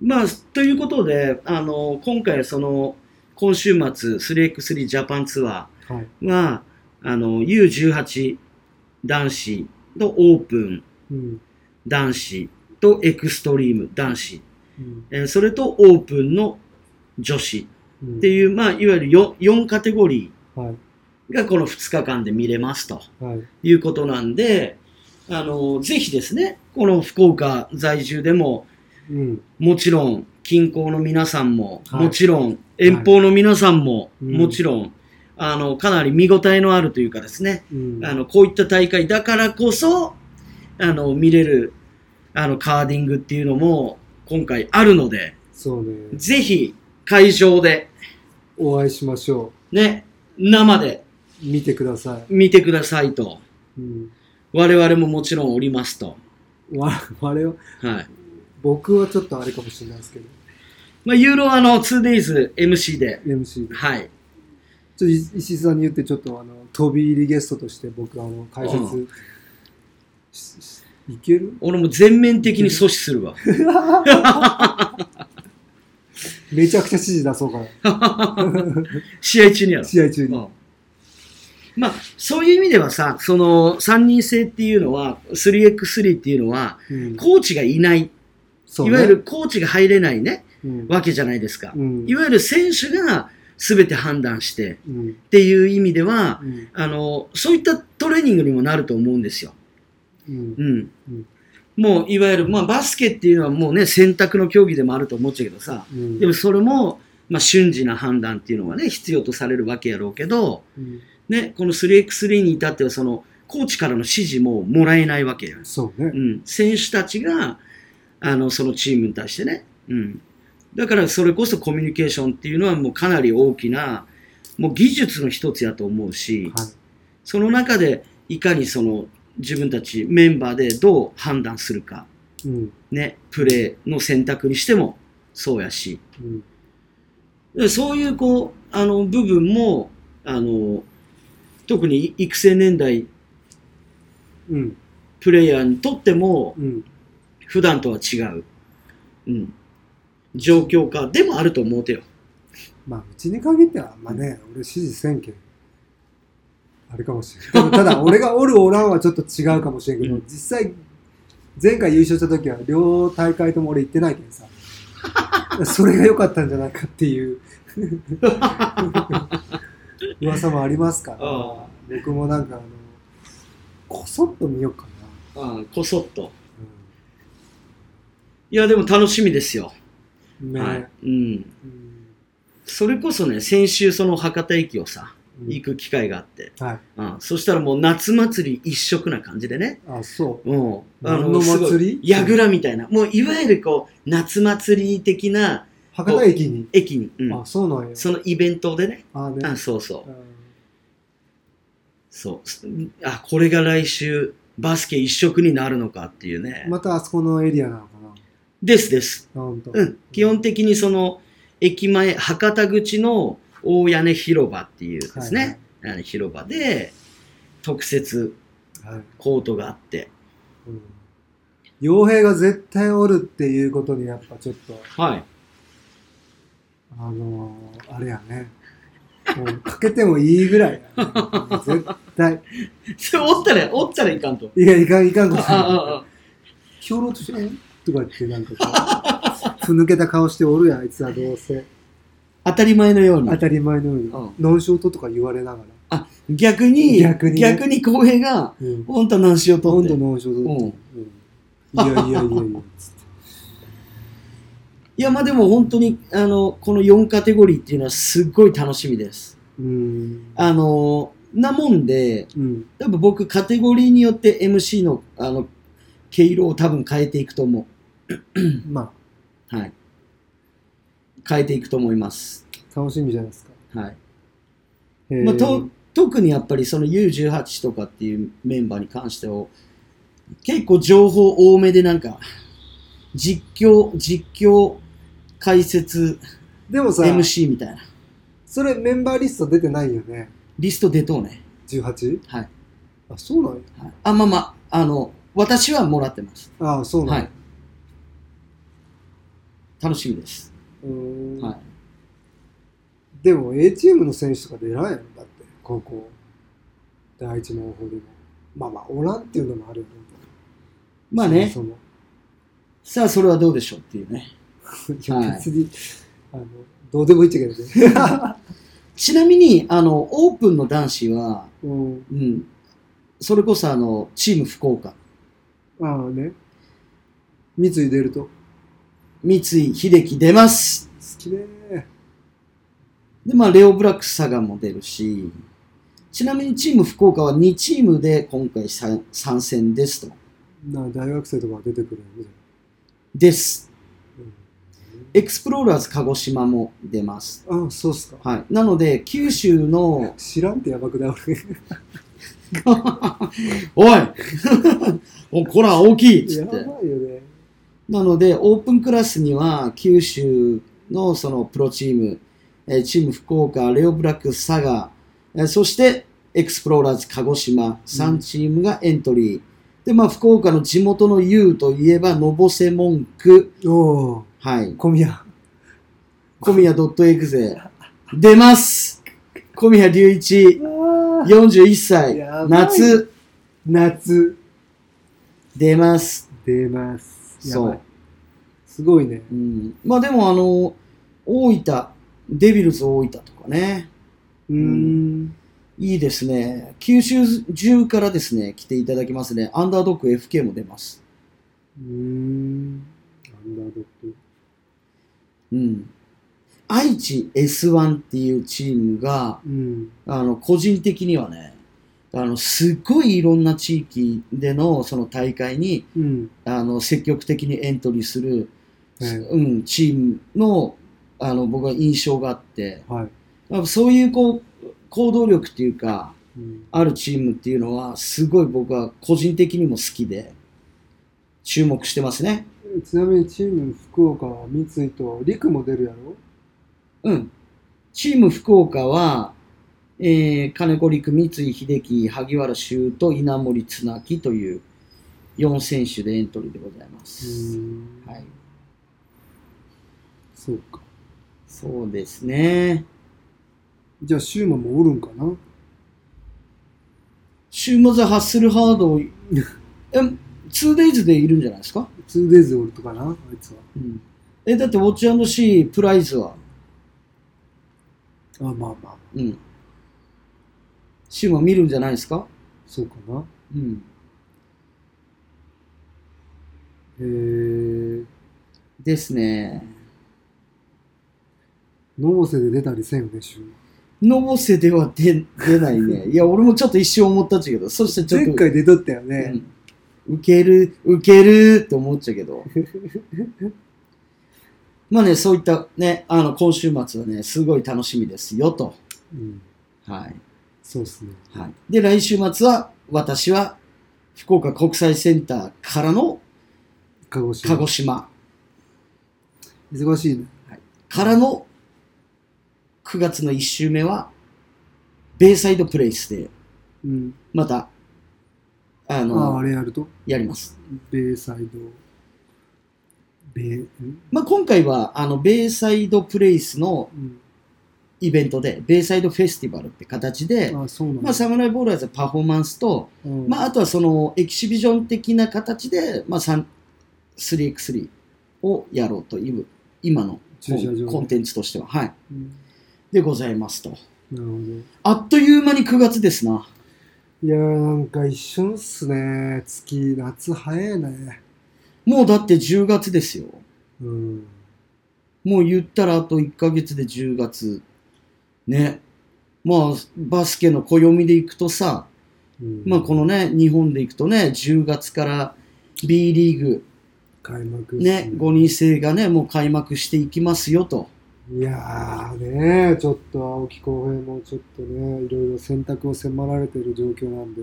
Speaker 1: まあ、ということで、あの、今回その、今週末、3x3 ジャパンツア
Speaker 2: はい。
Speaker 1: ーは、あの、U18 男子とオープン
Speaker 2: うん。
Speaker 1: 男子とエクストリーム男子、
Speaker 2: うん。
Speaker 1: えーそれとオープンの女子
Speaker 2: うん
Speaker 1: っていう、まあ、いわゆる 4, 4カテゴリ
Speaker 2: はい。
Speaker 1: ーがこの2日間で見れますと
Speaker 2: はい。
Speaker 1: いうことなんで、あの、ぜひですね、この福岡在住でも、
Speaker 2: うん。
Speaker 1: もちろん近郊の皆さんも、
Speaker 2: はい
Speaker 1: もちろん遠方の皆さんも、
Speaker 2: うん
Speaker 1: もちろん、あの、かなり見応えのあるというかですね、
Speaker 2: うん。
Speaker 1: あの、こういった大会だからこそ、あの、見れる、あの、カーディングっていうのも、今回あるので、
Speaker 2: そうね。
Speaker 1: ぜひ、会場で、
Speaker 2: お会いしましょ
Speaker 1: ね、生で
Speaker 2: う。見てくださ
Speaker 1: 見てくださいと。
Speaker 2: い。うん。
Speaker 1: 我々ももちろんおりますと。
Speaker 2: わ、 我々は、
Speaker 1: はい。
Speaker 2: 僕はちょっとあれかもしれないですけど、
Speaker 1: まあ、ユーロはあの、2days MC で、
Speaker 2: MC で。
Speaker 1: はい。
Speaker 2: ちょっとい石井さんに言って、ちょっとあの、飛び入りゲストとして僕、あの、解
Speaker 1: う
Speaker 2: 説し、しいける
Speaker 1: 俺も全面的に阻止する わ。
Speaker 2: めちゃくちゃ指示出そうか
Speaker 1: 試合中にや
Speaker 2: な。
Speaker 1: ろ。
Speaker 2: 試合中に。
Speaker 1: うんまあ、そういう意味ではさ、その、3人制っていうのは、3x3 っていうのは、
Speaker 2: うん
Speaker 1: コーチがいない、
Speaker 2: そう
Speaker 1: い
Speaker 2: ね
Speaker 1: わゆるコーチが入れないね、
Speaker 2: うん
Speaker 1: わけじゃないですか
Speaker 2: う。ん
Speaker 1: いわゆる選手が全て判断してっ
Speaker 2: うん
Speaker 1: ていう意味では、
Speaker 2: うん
Speaker 1: あの、そういったトレーニングにもなると思うんですよ。
Speaker 2: うん
Speaker 1: うん
Speaker 2: うん。
Speaker 1: もう、いわゆる、まあ、バスケっていうのはもうね、選択の競技でもあると思っちゃうけどさ、
Speaker 2: うん
Speaker 1: でもそれも、まあ、瞬時な判断っていうのがね、必要とされるわけやろうけど、
Speaker 2: うん
Speaker 1: ね、この 3x3 に至ってはそのコーチからの指示ももらえないわけや、
Speaker 2: そうね
Speaker 1: う。ん、選手たちがあのそのチームに対してね、うん、だからそれこそコミュニケーションっていうのはもうかなり大きなもう技術の一つやと思うし、
Speaker 2: はい。
Speaker 1: その中でいかにその自分たちメンバーでどう判断するか、
Speaker 2: うん
Speaker 1: ね、プレーの選択にしてもそうやし、
Speaker 2: うん
Speaker 1: でそういうこうあの部分もあの特に育成年代
Speaker 2: うん
Speaker 1: プレイヤーにとっても
Speaker 2: うん
Speaker 1: 普段とは違う、うん、状況下でもあると思うてよ。
Speaker 2: まあうちに限ってはまあね、俺支持せんけんあれかもしれんただただ俺がおるおらんはちょっと違うかもしれんけど、
Speaker 1: うん
Speaker 2: 実際前回優勝した時は両大会とも俺行ってないけどさそれが良かったんじゃないかっていう 噂もありますから
Speaker 1: ああ
Speaker 2: 僕もなんかあのこそっと見ようかな、
Speaker 1: ああこそっと。いや、でも楽しみですよ。
Speaker 2: うん、ね、
Speaker 1: はいうん、
Speaker 2: うん
Speaker 1: それこそね、先週その博多駅をさ、
Speaker 2: うん
Speaker 1: 行く機会があって、
Speaker 2: はい
Speaker 1: ああそしたらもう夏祭り一色な感じでね。
Speaker 2: あそう
Speaker 1: うん。あ
Speaker 2: 何の
Speaker 1: すごい
Speaker 2: 祭り
Speaker 1: 櫓みたいな。もういわゆるこう、夏祭り的な
Speaker 2: 博多駅に
Speaker 1: 駅に、うん
Speaker 2: あそうなんや
Speaker 1: そのイベントでね。
Speaker 2: あね
Speaker 1: あそうそう
Speaker 2: う。ん
Speaker 1: そう。すあ、これが来週、バスケ一色になるのかっていうね。
Speaker 2: またあそこのエリアなのかな
Speaker 1: ですです。
Speaker 2: あ本当
Speaker 1: うん。基本的にその、駅前、博多口の大屋根広場っていうですね、あの広場で、特設
Speaker 2: はいはい、はい
Speaker 1: コートがあって、
Speaker 2: うん、傭兵が絶対おるっていうことにやっぱちょっと
Speaker 1: はい。
Speaker 2: あのー、あれやねもうかけてもいいぐらいやね、絶対
Speaker 1: それ、おったら、おったらいかんと。
Speaker 2: いやいかんいかんこ
Speaker 1: あ
Speaker 2: と
Speaker 1: あ、ああ、
Speaker 2: ひょろっとしてんとか言ってなんかこうふぬけた顔しておるやんあいつはどうせ
Speaker 1: 当たり前のように
Speaker 2: 当。たり前のように、
Speaker 1: うん
Speaker 2: ノンショートとか言われながら、
Speaker 1: 逆に、
Speaker 2: 逆にね
Speaker 1: 逆に公平が、
Speaker 2: うん、
Speaker 1: ほんと何しようと
Speaker 2: 今
Speaker 1: って
Speaker 2: 度。ノンショート、
Speaker 1: うん
Speaker 2: うんいやいやいやいやつって
Speaker 1: いや、まあでも本当に、あの、この4カテゴリーっていうのはすっごい楽しみです。
Speaker 2: うん
Speaker 1: あの、なもんで、
Speaker 2: うん
Speaker 1: 多分僕カテゴリーによって MC の、あの、毛色を多分変えていくと思
Speaker 2: まあ
Speaker 1: う。はい。変えていくと思います。
Speaker 2: 楽しみじゃないですか。
Speaker 1: はい。
Speaker 2: へー
Speaker 1: まあ、と、特にやっぱりその U18 とかっていうメンバーに関しては、結構情報多めでなんか、実況、実況、解説、
Speaker 2: でもさ、
Speaker 1: MC みたいな。
Speaker 2: それメンバーリスト出てないよね。
Speaker 1: リスト出とうね。
Speaker 2: 18?
Speaker 1: はい。
Speaker 2: あ、そうなんや。
Speaker 1: はい、あ、まあまあ、あの、私はもらってます。
Speaker 2: ああ、そうなん
Speaker 1: は
Speaker 2: や。
Speaker 1: い。楽しみです。
Speaker 2: うーん
Speaker 1: はい。
Speaker 2: でも A チームの選手とか出らんやろ、だって、高校。第一の方でも。まあまあ、おらんっていうのもあるよね。
Speaker 1: まあね、
Speaker 2: そも
Speaker 1: さあそれはどうでしょうっていうね。
Speaker 2: そもいや
Speaker 1: はい
Speaker 2: 別に、あの、どうでもいいっちゃけどね。
Speaker 1: ちなみに、あの、オープンの男子は、
Speaker 2: うん。
Speaker 1: うん、それこそあの、チーム福岡、
Speaker 2: ああね。三井出ると、好
Speaker 1: 三井秀樹出ます。
Speaker 2: きねー。
Speaker 1: で、まあ、レオブラックス佐賀も出るし、ちなみにチーム福岡は2チームで今回参参戦ですと。
Speaker 2: なあ大学生とかが出てくるよね。
Speaker 1: です。
Speaker 2: うん
Speaker 1: エクスプローラーズ鹿児島も出ます。
Speaker 2: ああ、そうっすか。
Speaker 1: はい。なので、九州の、
Speaker 2: 知らんってやばくない俺。
Speaker 1: おい お、こら、大きいっつっ
Speaker 2: やば
Speaker 1: て
Speaker 2: い。よね。
Speaker 1: なので、オープンクラスには、九州のそのプロチーム、えーチーム福岡、レオブラックス佐賀、えーそしてエクスプローラーズ鹿児島、3チームがエントリー。で、まあ、福岡の地元の U といえば、のぼせ文句、
Speaker 2: おお、
Speaker 1: はい、
Speaker 2: 小宮。
Speaker 1: 小宮 .exe、出ます小宮隆一、41歳
Speaker 2: やば、い
Speaker 1: 夏、
Speaker 2: 夏、
Speaker 1: 出ます。
Speaker 2: 出ます。やば
Speaker 1: そう
Speaker 2: い。すごいね。
Speaker 1: うん、まあ、でも、あの、大分、デビルズ大分とかね、
Speaker 2: うーん。
Speaker 1: いいですね。九州中からですね、来ていただきますね。アンダードック FK も出ます。
Speaker 2: うーん。アンダードッグ。
Speaker 1: うん。愛知 S1 っていうチームが、
Speaker 2: うん。
Speaker 1: あの、個人的にはね、あの、すっごいいろんな地域でのその大会に、
Speaker 2: うん。
Speaker 1: あの、積極的にエントリーする、
Speaker 2: はい。
Speaker 1: うん、チームの、あの、僕は印象があって、
Speaker 2: はい。
Speaker 1: やっぱそういうこう、行動力っていうか、
Speaker 2: うん
Speaker 1: あるチームっていうのは、すごい僕は個人的にも好きで、注目してますね。
Speaker 2: ちなみにチーム福岡は三井と陸も出るやろ
Speaker 1: うん。チーム福岡は、えー、金子陸、三井秀樹、萩原修と稲森綱木という4選手でエントリーでございま
Speaker 2: う
Speaker 1: す。
Speaker 2: ん。
Speaker 1: はい。
Speaker 2: そうか。
Speaker 1: そうですね。
Speaker 2: じゃあ、シューマもおるんかな
Speaker 1: 週末ハッスルハード、 え、2days でいるんじゃないですか
Speaker 2: ?2days おるとかなあいつは。
Speaker 1: うん。え、だってウォッチ &C プライズは、
Speaker 2: あ、まあまあ。
Speaker 1: うん。週末見るんじゃないですか
Speaker 2: そうかな。
Speaker 1: うん。
Speaker 2: えー、
Speaker 1: ですね。
Speaker 2: ノボセで出たりせんよね、シューマ。
Speaker 1: のぼせでは出出ないね。いや、俺もちょっと一瞬思ったっちゃけど、そしてちょっと。
Speaker 2: 前回出とったよね。
Speaker 1: うん、受ける、受けるって思っちゃうけど。まあね、そういったね、あの、今週末はね、すごい楽しみですよと。
Speaker 2: うん、
Speaker 1: はい。
Speaker 2: そうっすね。
Speaker 1: はい。で、来週末は、私は、福岡国際センターからの
Speaker 2: 鹿児島。
Speaker 1: 鹿児島
Speaker 2: 忙しいね。
Speaker 1: からの9月の1週目は、ベイサイドプレイスで、
Speaker 2: うん。
Speaker 1: また、あ
Speaker 2: あ
Speaker 1: の
Speaker 2: あ、、あれやると、
Speaker 1: やります。
Speaker 2: ベイサイド、ベイ、ん
Speaker 1: まあ、今回は、あの、ベイサイドプレイスの
Speaker 2: うん。
Speaker 1: イベントで、ベイサイドフェスティバルって形で、
Speaker 2: ああ、そうなん
Speaker 1: まあ、サムライボーラーズはパフォーマンスと、
Speaker 2: うん
Speaker 1: まあ、あとはその、エキシビジョン的な形で、まあ、3 3x3 をやろうという、今のコ
Speaker 2: 駐車
Speaker 1: ン
Speaker 2: 場。
Speaker 1: コンテンツとしては、はい、
Speaker 2: うん
Speaker 1: でございますと。
Speaker 2: なるほど。
Speaker 1: あっという間に9月ですな。
Speaker 2: いやー、なんか一瞬っすね。月、夏早いね。
Speaker 1: もうだって10月ですよ。
Speaker 2: うん。
Speaker 1: もう言ったらあと1ヶ月で10月。ね。まあ、バスケの暦で行くとさ、
Speaker 2: うん、
Speaker 1: まあこのね、日本で行くとね、10月から B リーグ、
Speaker 2: 開幕っす
Speaker 1: ね、5人制がね、もう開幕していきますよと。
Speaker 2: いやーねちょっと青木浩平もちょっとね、いろいろ選択を迫られてる状況なんで。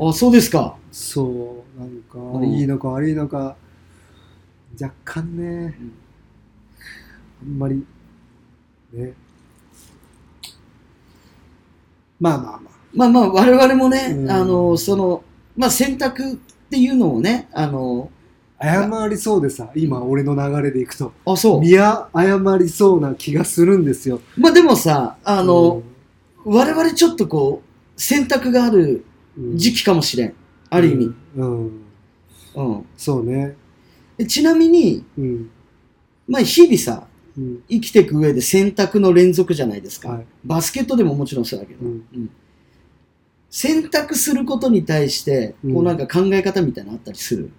Speaker 1: あ、そうですか。
Speaker 2: そう、なんか、
Speaker 1: ん
Speaker 2: いいのか悪いのか、若干ね、あんまりね。まあまあまあ。
Speaker 1: まあまあ、我々もね、
Speaker 2: うん
Speaker 1: あの、その、まあ選択っていうのをね、あの、
Speaker 2: 謝りそうでさ、今俺の流れでいくと、
Speaker 1: あ、そ
Speaker 2: 宮謝りそうな気がするんですよ。
Speaker 1: う。まあでもさ、あ
Speaker 2: あ
Speaker 1: の、、我々ちょっとこう、選択がある
Speaker 2: うん
Speaker 1: 時期かもしれん。ある意味。。
Speaker 2: うん。うん
Speaker 1: うん
Speaker 2: そうね。
Speaker 1: でちなみに、
Speaker 2: うん。
Speaker 1: まあ日々さ、
Speaker 2: うん。
Speaker 1: 生きていく上で選択の連続じゃないですか。
Speaker 2: はい
Speaker 1: バスケットでももちろんそうだけど、
Speaker 2: うん
Speaker 1: 選択することに対して、
Speaker 2: うん
Speaker 1: こうなんか考え方みたいなのあったりする。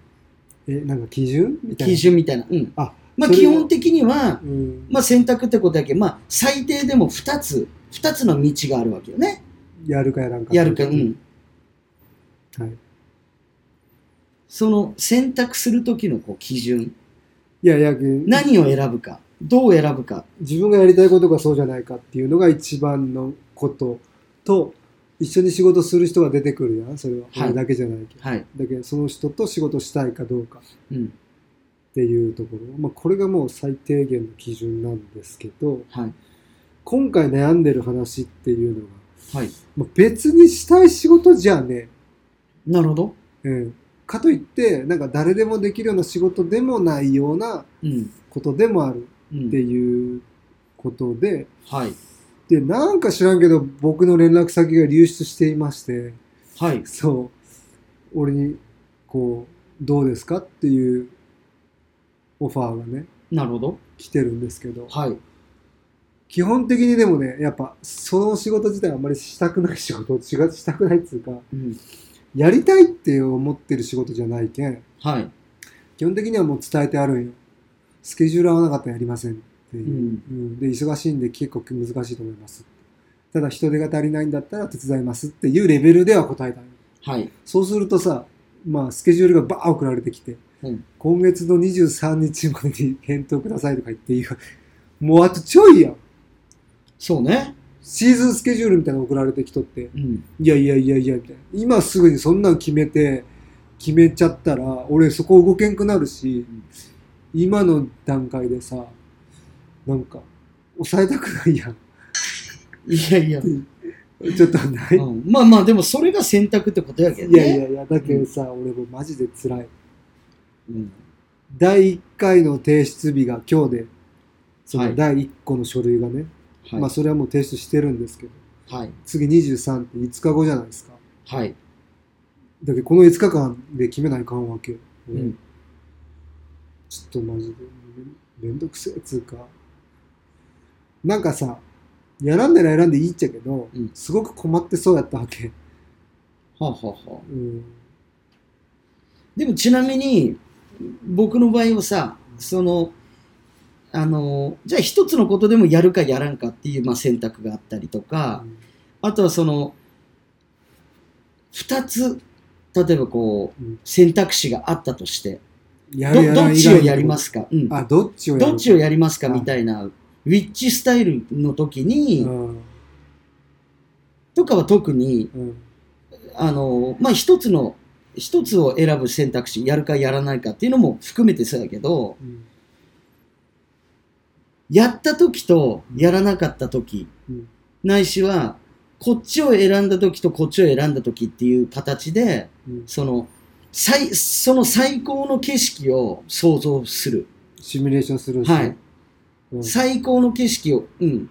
Speaker 2: え、なんか基準みたいな。
Speaker 1: 基。準みたいな。うん。
Speaker 2: あ
Speaker 1: まあ
Speaker 2: それ
Speaker 1: 基
Speaker 2: は
Speaker 1: 本的には、
Speaker 2: うん。
Speaker 1: まあ選択ってことだけど、まあ最低でも2つ、2つの道があるわけよね。
Speaker 2: やるかやらんか。
Speaker 1: やるか、うん。
Speaker 2: はい。
Speaker 1: その選択するときのこう基準。
Speaker 2: いやいや、
Speaker 1: 何を選ぶか、どう選ぶか。
Speaker 2: 自分がやりたいことがそうじゃないかっていうのが一番のことと、一緒に仕事する人が出てくるやん、それは。
Speaker 1: はい
Speaker 2: 俺だけじゃないけど。
Speaker 1: はい。
Speaker 2: だけど、その人と仕事したいかどうか。
Speaker 1: うん。
Speaker 2: っていうところ、まあ、これがもう最低限の基準なんですけど
Speaker 1: はい。
Speaker 2: 今回悩んでる話っていうのが、
Speaker 1: はい。
Speaker 2: まあ、別にしたい仕事じゃね
Speaker 1: なるほど。
Speaker 2: え、うん、かといってなんか誰でもできるような仕事でもないような
Speaker 1: うん。
Speaker 2: ことでもある
Speaker 1: う
Speaker 2: って
Speaker 1: ん。
Speaker 2: いうことで
Speaker 1: はい。
Speaker 2: でなんか知らんけど僕の連絡先が流出していまして
Speaker 1: はい。
Speaker 2: そう俺にこうどうですかっていうオファーがね
Speaker 1: なるほど。
Speaker 2: 来てるんですけど
Speaker 1: はい。
Speaker 2: 基本的にでもねやっぱその仕事自体あんまりしたくない仕事 しがしたくないっつうか
Speaker 1: うん。
Speaker 2: やりたいって思ってる仕事じゃないけん
Speaker 1: はい。
Speaker 2: 基本的にはもう伝えてあるんよスケジュール合わなかったらやりませんって
Speaker 1: う
Speaker 2: いう、
Speaker 1: ん。
Speaker 2: うんで忙しいんで結構難しいと思いますただ人手が足りないんだったら手伝いますっていうレベルでは答えたの
Speaker 1: はい。
Speaker 2: そうするとさまあスケジュールがバー送られてきて、
Speaker 1: うん
Speaker 2: 今月の23日までに返答くださいとか言っていうもうあとちょいやん
Speaker 1: そうね。
Speaker 2: シーズンスケジュールみたいなの送られてきとって、
Speaker 1: うん。
Speaker 2: いやいやいやいや、みたいな。今すぐにそんなん決めて、決めちゃったら、俺そこ動けんくなるし
Speaker 1: うん、
Speaker 2: 今の段階でさ、なんか、抑えたくないやん。
Speaker 1: いやいや。
Speaker 2: ちょっとない。
Speaker 1: うん、まあまあ、でもそれが選択ってことやけど
Speaker 2: い
Speaker 1: ね。
Speaker 2: やいやいや、だけどさ、俺もマジで辛い。
Speaker 1: うん。
Speaker 2: 第1回の提出日が今日で、そ
Speaker 1: は
Speaker 2: の
Speaker 1: い
Speaker 2: 第1個の書類がね、
Speaker 1: はい。
Speaker 2: まあそれはもう提出してるんですけど、
Speaker 1: はい。
Speaker 2: 次23って5日後じゃないですか。
Speaker 1: はい。
Speaker 2: だけどこの5日間で決めないかんわけよ。
Speaker 1: うん。
Speaker 2: ちょっとマジでめめんどくせえっつうかなんかさやらんなら選んでいいっちゃけど、
Speaker 1: うん
Speaker 2: すごく困ってそうやったわけ、
Speaker 1: はあ、はあはあ
Speaker 2: うん、
Speaker 1: でもちなみに、僕の場合はさ、その、あの、じゃあ一つのことでもやるかやらんかっていう、まあ、選択があったりとか、あとはその、二つ、例えばこう
Speaker 2: うん、
Speaker 1: 選択肢があったとして、
Speaker 2: や
Speaker 1: どどっちをやりますすか、うん、
Speaker 2: あどっちをやる
Speaker 1: どっちを
Speaker 2: や
Speaker 1: やりますかみたいな、ウィッチスタイルの時に、
Speaker 2: うん
Speaker 1: とかは特に、
Speaker 2: うん
Speaker 1: あの、まあ、一つの、一つを選ぶ選択肢、やるかやらないかっていうのも含めてそうやけど、
Speaker 2: うん
Speaker 1: やった時とやらなかった時、
Speaker 2: うん
Speaker 1: ないしは、こっちを選んだ時とこっちを選んだ時っていう形で、
Speaker 2: うん
Speaker 1: その、最、その最高の景色を想像する。
Speaker 2: シミュレーションするんですね
Speaker 1: はい。
Speaker 2: うん
Speaker 1: 最高の景色を、うん。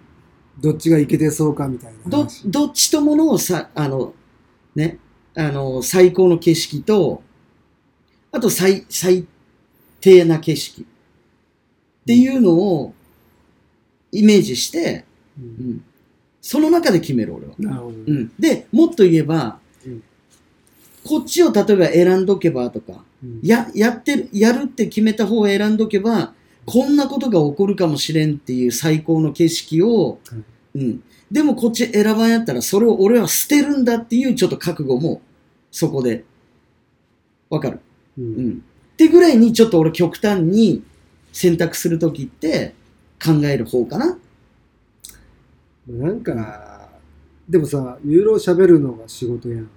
Speaker 2: どっちがいけてそうかみたいな
Speaker 1: ど
Speaker 2: 話、
Speaker 1: どっちとものをさ、あの、ね、あの、最高の景色と、あと最、最低な景色っていうのをイメージして、
Speaker 2: う
Speaker 1: うんん。その中で決める、俺は。
Speaker 2: なるほど、
Speaker 1: うん、でもっと言えば、
Speaker 2: うん
Speaker 1: こっちを例えば選んどけばとか
Speaker 2: うん
Speaker 1: ややってるやるって決めた方を選んどけばこんなことが起こるかもしれんっていう最高の景色を、うん、でもこっち選ばんやったらそれを俺は捨てるんだっていうちょっと覚悟もそこでわかる、
Speaker 2: うん
Speaker 1: うん、ってぐらいにちょっと俺極端に選択するときって考える方かな
Speaker 2: なんかでもさユーロ喋るのが仕事やん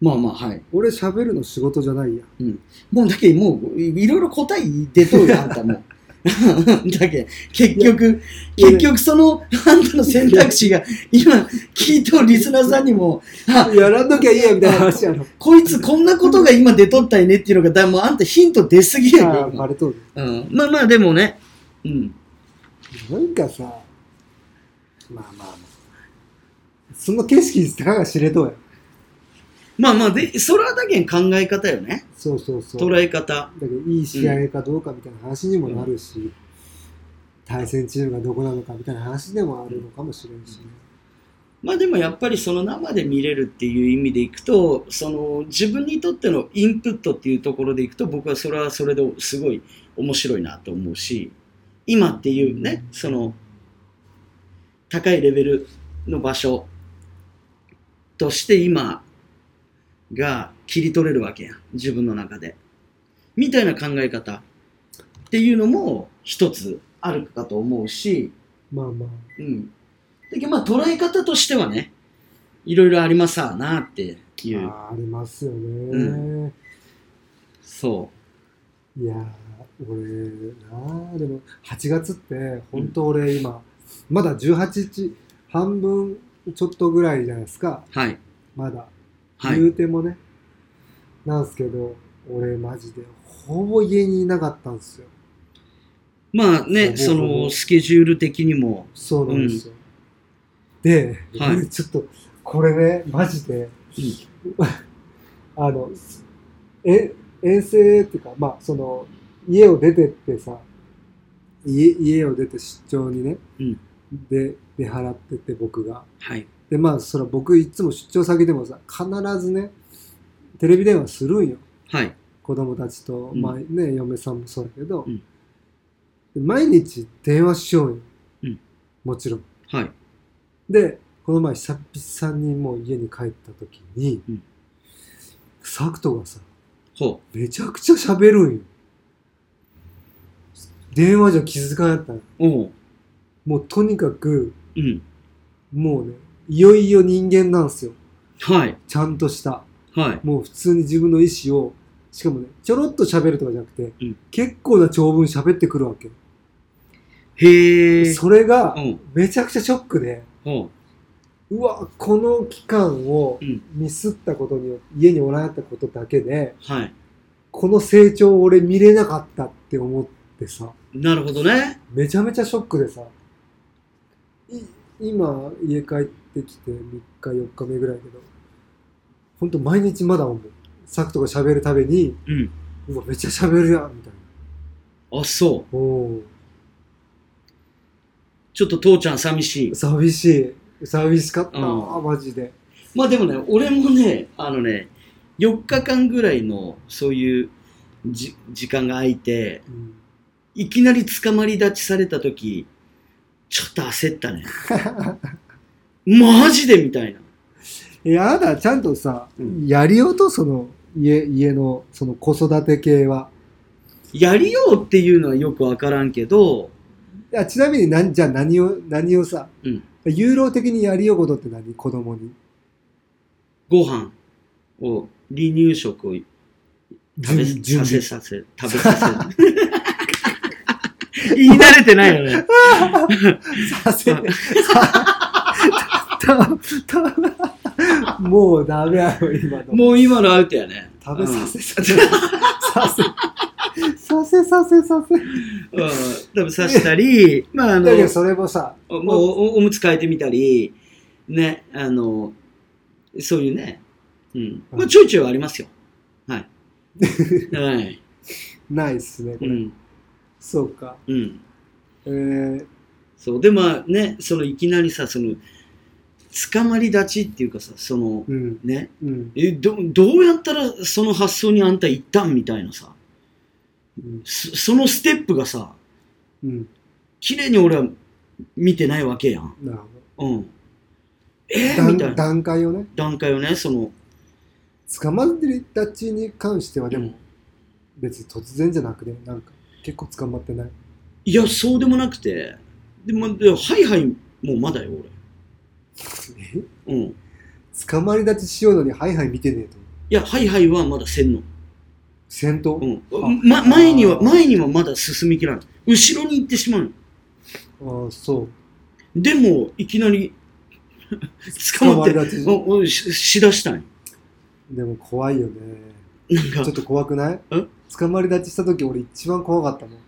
Speaker 1: まあまあはい
Speaker 2: 俺喋るの仕事じゃないやん
Speaker 1: もうだけどもういいろいろ答え出とるよあんたもだけ結局、結局そのあんたの選択肢が今聞いとるリスナーさんにも、あ、
Speaker 2: やらんときゃいいやみたいな話やろ。
Speaker 1: こいつこんなことが今出とったんねっていうのが、だもうあんたヒント出すぎや
Speaker 2: あ
Speaker 1: け
Speaker 2: あ、バレとる。
Speaker 1: うん、まあまあでもね、うん。
Speaker 2: なんかさ、まあまあまあ。その景色たかが知れとうや。
Speaker 1: まあまあで、それはだけん考え方よね。
Speaker 2: そうそうそう。
Speaker 1: 捉え方。
Speaker 2: だけどいい試合かどうかみたいな話にもなるし、対戦チームがどこなのかみたいな話でもあるのかもしれんしね。
Speaker 1: まあでもやっぱりその生で見れるっていう意味でいくと、その自分にとってのインプットっていうところでいくと、僕はそれはそれですごい面白いなと思うし、今っていうね、その高いレベルの場所として今が切り取れるわけやん、自分の中で。みたいな考え方っていうのも一つあるかと思うし、
Speaker 2: まあまあ。
Speaker 1: うん。だけどまあ捉え方としてはね、いろいろありますさあなっていう。
Speaker 2: あーありますよね、
Speaker 1: うそ
Speaker 2: いやー俺なあでも8月って本当俺今、まだ18日半分ちょっとぐらいじゃないですか
Speaker 1: う。はい。
Speaker 2: まだ、
Speaker 1: はい。
Speaker 2: 言うてもねなんすけど俺マジでほぼ家にいなかったんですよ
Speaker 1: まあね、
Speaker 2: ほ
Speaker 1: そ
Speaker 2: ぼほぼ
Speaker 1: のスケジュール的にも、
Speaker 2: そうなんですよ、で、
Speaker 1: はい
Speaker 2: 俺ちょっとこれねマジで あのえ遠征っていうかまあその家を出てってさ家家を出て出張にね、
Speaker 1: うん
Speaker 2: で出払ってて僕が
Speaker 1: はい。
Speaker 2: でまあそれは僕いつも出張先でもさ必ずねテレビ電話するんよ
Speaker 1: はい。
Speaker 2: 子供たちと、
Speaker 1: うん
Speaker 2: まあね嫁さんもそうやけど、
Speaker 1: うん
Speaker 2: で毎日電話しようよ、
Speaker 1: うん
Speaker 2: もちろん
Speaker 1: はい。
Speaker 2: でこの前久々にもう家に帰った時に、
Speaker 1: うん
Speaker 2: サクトがさ
Speaker 1: ほ
Speaker 2: めちゃくちゃ喋るんよ。電話じゃ気づかなかったの
Speaker 1: う。おう。
Speaker 2: もうとにかく、
Speaker 1: うん。
Speaker 2: もうね、いよいよ人間なんですよ。
Speaker 1: はい。
Speaker 2: ちゃんとした。
Speaker 1: はい。
Speaker 2: もう普通に自分の意思を、しかもね、ちょろっと喋るとかじゃなくて、
Speaker 1: うん
Speaker 2: 結構な長文喋ってくるわけ。
Speaker 1: へえ。
Speaker 2: それが
Speaker 1: う、ん。
Speaker 2: めちゃくちゃショックで、
Speaker 1: ほ
Speaker 2: うわ、この期間を
Speaker 1: うん
Speaker 2: ミスったことによって、家におらなかったことだけで、
Speaker 1: う。はい。
Speaker 2: この成長を俺見れなかったって思ってさ。
Speaker 1: なるほどね。
Speaker 2: めちゃめちゃショックでさい今家帰ってきて3日4日目ぐらいだけどほんと毎日まだ思うサクとか喋るたびに
Speaker 1: うん。
Speaker 2: うわめっちゃ喋るやんみたいな
Speaker 1: あ、そう。
Speaker 2: お
Speaker 1: ちょっと父ちゃん寂しい
Speaker 2: お。寂しい寂しかった
Speaker 1: う
Speaker 2: マジで
Speaker 1: まあでもね、俺もね、あのね、4日間ぐらいのそういうじ時間が空いて、
Speaker 2: うん
Speaker 1: いきなり捕まり立ちされた時ちょっと焦ったね マジでみたいな
Speaker 2: えあなたちゃんとさ、
Speaker 1: うん
Speaker 2: やりようとその家家のその子育て系は
Speaker 1: やりようっていうのはよく分からんけど
Speaker 2: いやちなみに何じゃあ何を何をさ、
Speaker 1: うん
Speaker 2: 有労的にやりようことって何子供に
Speaker 1: ご飯を離乳食を食べ
Speaker 2: 準
Speaker 1: さ
Speaker 2: 備
Speaker 1: せさ せ食べさせる 言い慣れてないよね
Speaker 2: させて、た、た、た、 もうダメやろ、今の。
Speaker 1: もう今のアウトやね
Speaker 2: 食べさせさせ、させ、させさせさせ。
Speaker 1: うんうん食べさせたりまああの
Speaker 2: だけどそれもさ、
Speaker 1: おもうおおむつ替えてみたり、ね、あの、そういうね、うん。まあ、ちょいちょいはありますよ。 はい。はい。
Speaker 2: ないっすね、こ
Speaker 1: う
Speaker 2: れ。
Speaker 1: ん。
Speaker 2: そうか。
Speaker 1: うん。
Speaker 2: えー、
Speaker 1: そう。で、まあね、そのいきなりさ、その、捕まり立ちっていうかさ、その、
Speaker 2: うん、
Speaker 1: ね、
Speaker 2: うん。
Speaker 1: え、ど、どうやったらその発想にあんた行ったんみたいなさ、
Speaker 2: うん
Speaker 1: そそのステップがさ、
Speaker 2: うん、
Speaker 1: 綺麗に俺は見てないわけやん。
Speaker 2: なるほ
Speaker 1: うん。えー、み
Speaker 2: ど
Speaker 1: たい
Speaker 2: 段。
Speaker 1: な
Speaker 2: 段階をね、
Speaker 1: 段階をね、その、
Speaker 2: 捕まってるたちに関しては、で
Speaker 1: う
Speaker 2: も
Speaker 1: ん、
Speaker 2: 別に突然じゃなくね、なんか、結構捕まってない。
Speaker 1: いや、そうでもなくて、でも、でハイハイもうまだよ、
Speaker 2: え
Speaker 1: 俺。うん。い
Speaker 2: 捕まり立ちしようのに、はいはい見てねえと。
Speaker 1: や、ハイハイはまだせんの。
Speaker 2: 戦闘
Speaker 1: うん。
Speaker 2: あ
Speaker 1: ま、前には、
Speaker 2: あー
Speaker 1: 前にはまだ進みきらない。後ろに行ってしまうの
Speaker 2: ああ、そう。
Speaker 1: でも、いきなり捕まって、
Speaker 2: 捕まり立ち
Speaker 1: おおししだしたんよ
Speaker 2: でも怖いよね。
Speaker 1: なん
Speaker 2: ちょ
Speaker 1: か
Speaker 2: っ、と怖くない
Speaker 1: ん
Speaker 2: 捕まり立ちした時俺一番怖かったもん。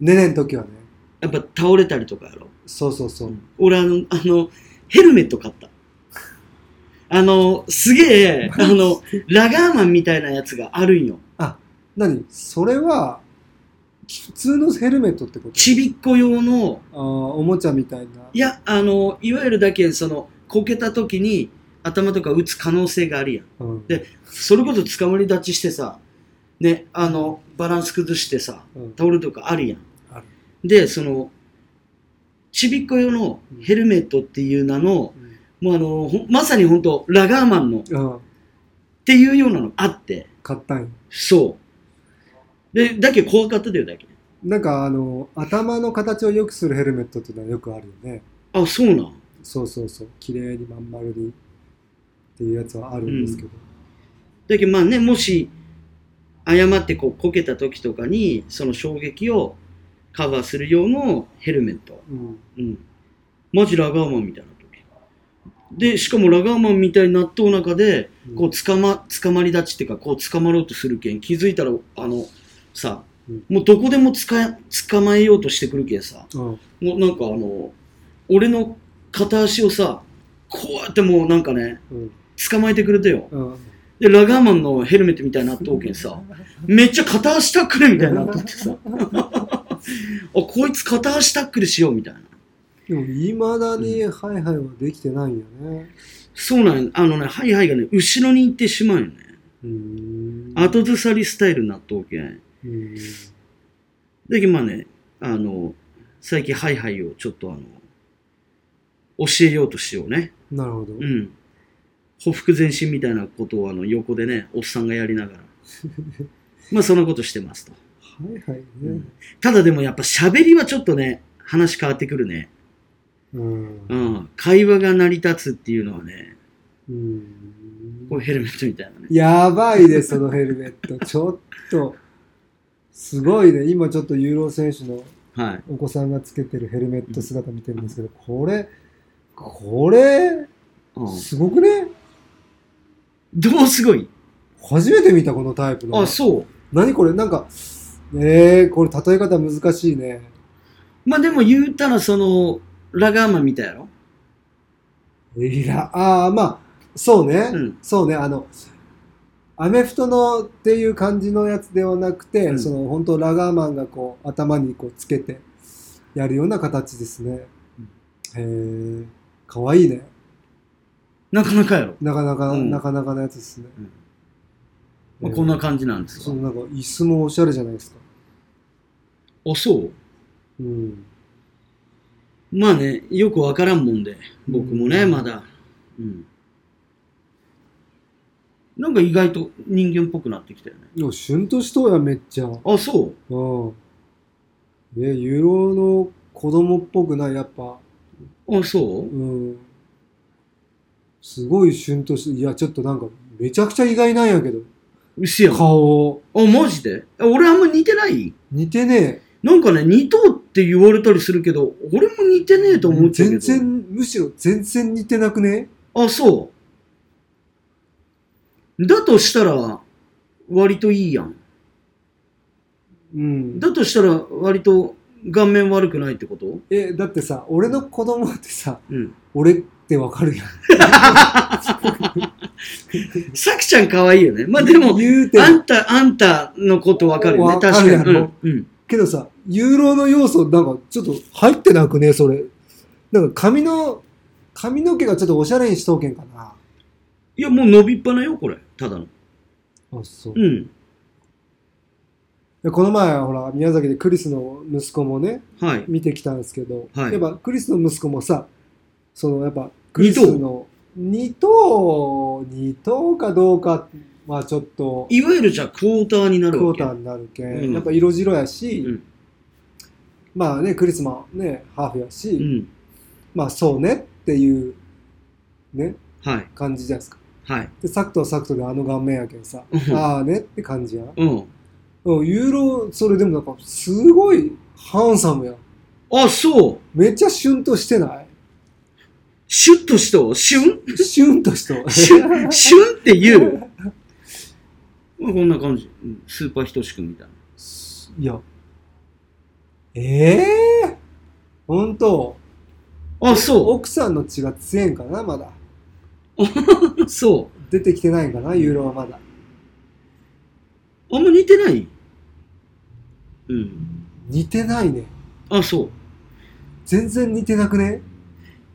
Speaker 2: ねねの時はね。
Speaker 1: やっぱ倒れたりとかやろ。
Speaker 2: そうそうそう。
Speaker 1: 俺あの、あの、ヘルメット買った。あの、すげえ、あの、ラガーマンみたいなやつがあるんよ。
Speaker 2: 何それは、普通のヘルメットってこと
Speaker 1: ちびっこ用の、
Speaker 2: あーおもちゃみたいな。
Speaker 1: いや、あの、いわゆるだけ、その、こけた時に頭とか打つ可能性があるやん。
Speaker 2: うん
Speaker 1: でそれこそ捕まり立ちしてさ、ね、あの、バランス崩してさ、
Speaker 2: うん
Speaker 1: 倒れるとかあるやん。
Speaker 2: ある
Speaker 1: で、その、ちびっこ用のヘルメットっていう名の、もうあの、ほんまさに本当ラガーマンのっ
Speaker 2: うん。
Speaker 1: ていうようなのあって、
Speaker 2: 買ったんよ。
Speaker 1: そう。で、だけど怖かっただよ、だけど。
Speaker 2: なんかあの、頭の形を良くするヘルメットっていうのはよくあるよね。
Speaker 1: あ、そうなん。
Speaker 2: そうそうそう。綺麗にまん丸にっていうやつはあるんですけど。
Speaker 1: だけどまあね、もし、誤ってこう、こけた時とかに、その衝撃をカバーする用のヘルメット。
Speaker 2: うん。
Speaker 1: うん。マジラガーマンみたいな時。で、しかもラガーマンみたいになったお腹で、こう捕ま、捕まり立ちっていうか、こう捕まろうとするけん、気づいたら、あの、さ
Speaker 2: うん、
Speaker 1: もうどこでも捕え、捕まえようとしてくるけんさ、
Speaker 2: うん。うん。
Speaker 1: もうなんかあの、俺の片足をさ、こうやってもうなんかね、
Speaker 2: うん。
Speaker 1: 捕まえてくれてよ。
Speaker 2: うん。
Speaker 1: で、ラガーマンのヘルメットみたいになっとうけんさ、めっちゃ片足タックルみたいになっとってさ、 あ、こいつ片足タックルしようみたいな。
Speaker 2: でも、いまだにハイハイはできてないよね。
Speaker 1: そうなんよあのね、ハイハイがね、後ろに行ってしまうよね。
Speaker 2: うーん。
Speaker 1: 後ずさりスタイルになっとうけん。
Speaker 2: うーん。
Speaker 1: だけどまあね、あの、最近ハイハイをちょっとあの、教えようとしようね。
Speaker 2: なるほど。
Speaker 1: うん。ほふ前進みたいなことをあの横でね、おっさんがやりながら。まあそんなことしてますと。
Speaker 2: はいはい
Speaker 1: うん
Speaker 2: ね。
Speaker 1: ただでもやっぱ喋りはちょっとね、話変わってくるね。
Speaker 2: うん。
Speaker 1: うん。会話が成り立つっていうのはね、
Speaker 2: うん
Speaker 1: こうヘルメットみたいなね。
Speaker 2: やばいで、そのヘルメット。ちょっと、すごいね。今ちょっとユーロ選手の
Speaker 1: はい。
Speaker 2: お子さんがつけてるヘルメット姿見てるんですけど、これ、これ、
Speaker 1: うん
Speaker 2: すごくね
Speaker 1: どうすごい
Speaker 2: 初めて見た、このタイプの
Speaker 1: あ、。そう。
Speaker 2: 何これなんか、えー、これ例え方難しいね。
Speaker 1: まあでも言うたらその、ラガーマンみたいやろ
Speaker 2: いや、ああ、まあ、そうね、
Speaker 1: うん
Speaker 2: そうね、あの、アメフトのっていう感じのやつではなくて、
Speaker 1: うん
Speaker 2: その本当ラガーマンがこう頭にこうつけてやるような形ですね。へえ、かわいいね。
Speaker 1: なかなかやろ。
Speaker 2: なかなか、
Speaker 1: うん
Speaker 2: なかなかのやつですね。
Speaker 1: うんまあ、こんな
Speaker 2: じ。
Speaker 1: 感じなんです
Speaker 2: そ
Speaker 1: わ
Speaker 2: のなんか椅子もおしゃれじゃないですか。
Speaker 1: あ、そう
Speaker 2: うん。
Speaker 1: まあね、よくわからんもんで、僕もね、
Speaker 2: うん
Speaker 1: まだ。うん。なんか意外と人間っぽくなってきたよね。
Speaker 2: でも、シュンとしとうやん、めっちゃ。
Speaker 1: あ、そう。
Speaker 2: うん。ね、ユーロの子供っぽくない、やっぱ。
Speaker 1: あ、そう
Speaker 2: うん。すごい旬として、いや、ちょっとなんか、めちゃくちゃ意外なんやけど、
Speaker 1: 牛やん。あ、
Speaker 2: 顔。
Speaker 1: マジであ俺あんま似てない
Speaker 2: 似てね
Speaker 1: なんかね、似とうって言われたりするけど、俺も似てねえ
Speaker 2: え。
Speaker 1: と思っちゃうけ
Speaker 2: 全
Speaker 1: ど。
Speaker 2: 然、むしろ全然似てなくね
Speaker 1: あ、そう。だとしたら、割といいやん。
Speaker 2: うん。
Speaker 1: だとしたら、割と顔面悪くないってこと
Speaker 2: え、だってさ、俺の子供ってさ、
Speaker 1: うん。
Speaker 2: 俺ってわかるやん。
Speaker 1: さきちゃん可愛いよね。まあでも、
Speaker 2: 言うて
Speaker 1: あんた、あんたのことわかるよね。
Speaker 2: わか
Speaker 1: 確
Speaker 2: るや
Speaker 1: か
Speaker 2: ろ
Speaker 1: に。うん。うん
Speaker 2: けどさ、ユーロの要素、なんか、ちょっと入ってなくねそれ。なんか、髪の、髪の毛がちょっとおしゃれにしとうけんかな。
Speaker 1: いや、もう伸びっぱなよ、これ。ただの。
Speaker 2: あ、そう
Speaker 1: う。ん。
Speaker 2: でこの前、ほら、宮崎でクリスの息子もね、
Speaker 1: はい。
Speaker 2: 見てきたんですけど、
Speaker 1: はい
Speaker 2: やっぱクリスの息子もさそのやっぱクリスの二頭二頭かどうかはちょっと
Speaker 1: いわゆるじゃあ、クォーターにな
Speaker 2: ク
Speaker 1: る
Speaker 2: ォ
Speaker 1: わ
Speaker 2: ー
Speaker 1: け。
Speaker 2: ターになるけん、
Speaker 1: うん
Speaker 2: やっぱ色白やし、
Speaker 1: うん
Speaker 2: まあねクリスもねハーフやし、
Speaker 1: うん。
Speaker 2: まあそうねっていうね
Speaker 1: はい。
Speaker 2: 感じじゃないですか
Speaker 1: はい。
Speaker 2: でサクトはサクトであの顔面やけんさ
Speaker 1: うん
Speaker 2: ああねって感じや
Speaker 1: うん。
Speaker 2: うんユーロそれでもなんかすごいハンサムやん。
Speaker 1: あ、そう。
Speaker 2: めっちゃシュンとしてない
Speaker 1: シュッとしたわシュン
Speaker 2: シュンとしてない。
Speaker 1: シュン、シュンって言う。こんな感じ。うんスーパーひとしくんみたいな。
Speaker 2: いや。ええー、ほんと。
Speaker 1: あ、そ
Speaker 2: 奥さんの血が強いんかな、まだ。
Speaker 1: う。そ
Speaker 2: 出てきてないんかな、ユーロはまだ。
Speaker 1: う。あんま似てないうん。
Speaker 2: 似てないね。
Speaker 1: あ、そう。
Speaker 2: 全然似てなくね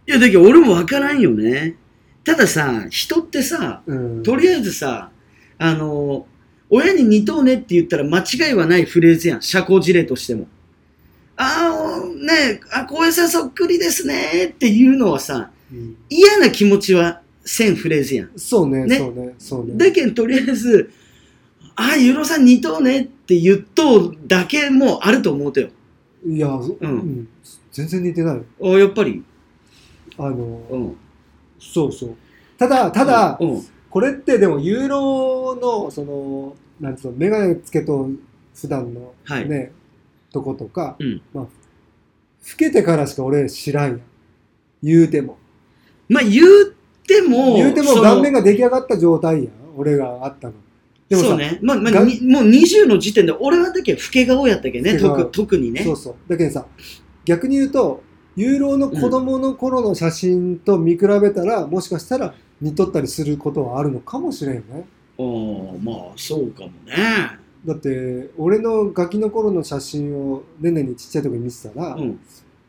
Speaker 1: いや、だけど俺もわからんよね。たださ、人ってさ、
Speaker 2: うん。
Speaker 1: とりあえずさ、あの、親に似とうねって言ったら間違いはないフレーズやん。社交辞令としても。ああ、ねえ、あ、小林さんそっくりですねっていうのはさ、
Speaker 2: うん
Speaker 1: 嫌な気持ちはせんフレーズやん。
Speaker 2: そうね、
Speaker 1: ね
Speaker 2: そうね、そうね。
Speaker 1: だけどとりあえず、ああ、ユーロさん似とうねって言っとうだけもあると思うてよ。
Speaker 2: いや、うんん、全然似てない。
Speaker 1: あやっぱり。
Speaker 2: あ
Speaker 1: う
Speaker 2: の、
Speaker 1: ん。
Speaker 2: そうそう。ただ、ただ、
Speaker 1: うん。うん
Speaker 2: これってでも、ユーロの、その、なんつうの、メガネつけと、普段の、
Speaker 1: はい
Speaker 2: ね、とことか、
Speaker 1: うん
Speaker 2: まあ、老けてからしか俺知らんやん。言うても。
Speaker 1: まあ言うても、
Speaker 2: 言うても
Speaker 1: その
Speaker 2: 顔面が出来上がった状態やん。俺があったの。でもさ
Speaker 1: そうね。まあ、まあ、
Speaker 2: が
Speaker 1: にもう20の時点で、俺はだけ老け顔やったけね、
Speaker 2: 老け顔
Speaker 1: 特特にね。
Speaker 2: そうそう。だけどさ、逆に言うと、ユーロの子供の頃の写真と見比べたら、もしかしたら似とったりすることはあるのかもしれんよね。
Speaker 1: ああ、まあ、そうかもね。
Speaker 2: だって、俺のガキの頃の写真をねねにちっちゃい時に見てたら、
Speaker 1: うん。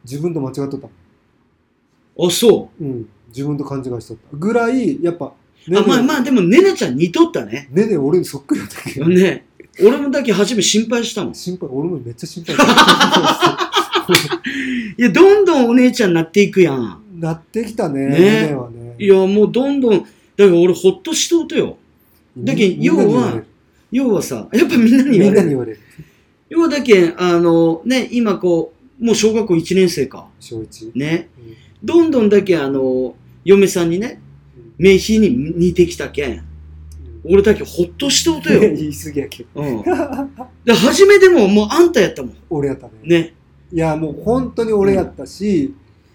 Speaker 2: 自分と間違っとった。
Speaker 1: あ、そ
Speaker 2: うん。自分と勘違いしとった。ぐらい、やっぱ、
Speaker 1: う。あまあまあ、でも、ねねちゃん似とったね。
Speaker 2: ねね俺にそっくりだったけど、
Speaker 1: ね。俺もだけ初め心配したもん。い
Speaker 2: 心配、俺もめっちゃ心配だった。
Speaker 1: や、どんどんお姉ちゃんになっていくやん。
Speaker 2: なってきたね、
Speaker 1: ね
Speaker 2: ねねはね。
Speaker 1: いや、もうどんどん、だから俺ほっとしとうとよ。だけど
Speaker 2: みんなに言われる
Speaker 1: 要はさ、やっぱみんなに
Speaker 2: み
Speaker 1: 言わ
Speaker 2: んな
Speaker 1: れる。
Speaker 2: に言われる。
Speaker 1: 要はだけ、あの、ね、今こう、もう小学校1年生か。
Speaker 2: 小一。
Speaker 1: ね。
Speaker 2: うん
Speaker 1: どんどんだけ、あの、嫁さんにね、名刺に似てきたけん。俺だけほっとしとうと よ。
Speaker 2: 言い過ぎやけど。
Speaker 1: うん。で、初めでももうあんたやったもん。
Speaker 2: 俺やったね。
Speaker 1: ね。
Speaker 2: いや、もう本当に俺やったし、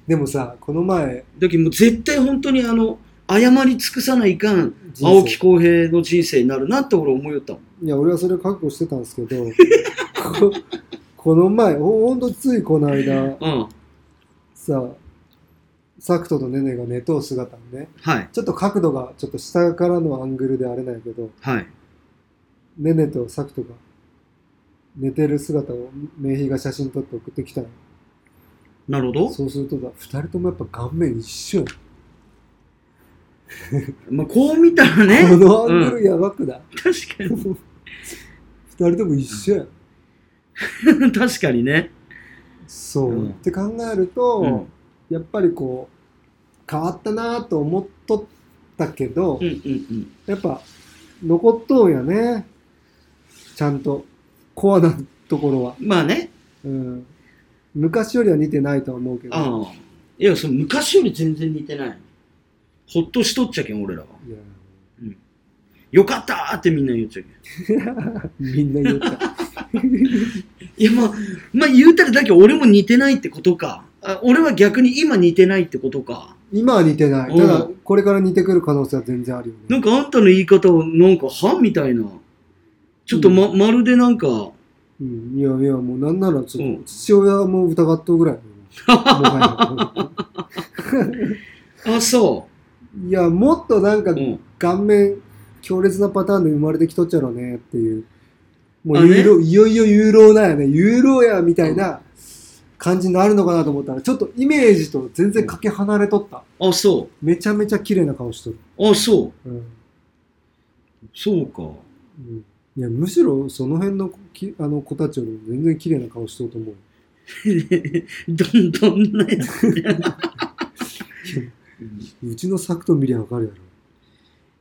Speaker 2: でもさ、この前、
Speaker 1: だけどもう絶対本当にあの、謝り尽くさないかん、
Speaker 2: 人生
Speaker 1: 青木浩平の人生になるなって俺思いよったもん。
Speaker 2: いや、俺はそれ覚悟してたんですけ ど、ここの前、ほほんとついこの間、
Speaker 1: うん。
Speaker 2: さ、サクトとネネが寝とう姿をね、
Speaker 1: はい。
Speaker 2: ちょっと角度がちょっと下からのアングルであれないけど、
Speaker 1: はい。
Speaker 2: ネネとサクトが寝てる姿を名ヒが写真撮って送ってきたの。
Speaker 1: なるほど。
Speaker 2: そうするとさ、二人ともやっぱ顔面一緒やん。
Speaker 1: まあ、こう見たらね。
Speaker 2: このアングルやばくない、
Speaker 1: 確かに。
Speaker 2: 二人とも一緒やん。
Speaker 1: 確かにね。
Speaker 2: そう、
Speaker 1: うん
Speaker 2: って考えると、
Speaker 1: うん。
Speaker 2: やっぱりこう変わったなと思っとったけど、
Speaker 1: うんうん
Speaker 2: やっぱ残っとんやねちゃんとコアなところは、
Speaker 1: うん。まあね。
Speaker 2: うん、昔よりは似てないとは思うけど
Speaker 1: ああ。いや、その昔より全然似てない。ほっとしとっちゃけん、俺らは。
Speaker 2: いや
Speaker 1: よかったーってみんな言っちゃうけん。
Speaker 2: みんな言った
Speaker 1: いや、まあ、まあ言うたらだけど俺も似てないってことか。あ俺は逆に今似てないってことか。
Speaker 2: 今は似てないただこれから似てくる可能性は全然あるよ
Speaker 1: な
Speaker 2: ね
Speaker 1: んかあんたの言い方をなんか、はみたいな。ちょっとま、まるでなんか、
Speaker 2: うん、いやいやもうなんならちょっ
Speaker 1: うん
Speaker 2: と父親も疑っとうぐらい、も は
Speaker 1: あ、そ
Speaker 2: やいやもっとなんか
Speaker 1: う。うん。
Speaker 2: 顔面強烈なパターンで生まれてきとっちゃろうねっていうも
Speaker 1: あ
Speaker 2: う
Speaker 1: ね
Speaker 2: ユーロ、いよいよユーロなんやねユーロやみたいな感じになるのかなと思ったらちょっとイメージと全然かけ離れとった
Speaker 1: あ、そ
Speaker 2: めちゃめちゃ綺麗な顔しとる、
Speaker 1: う。あ、そう。
Speaker 2: うん
Speaker 1: そう か。
Speaker 2: うんいやむしろその辺のきあの子たちよりも全然綺麗な顔しとると思う
Speaker 1: どんどんなやつ。
Speaker 2: うちの作と見りゃわかるやろ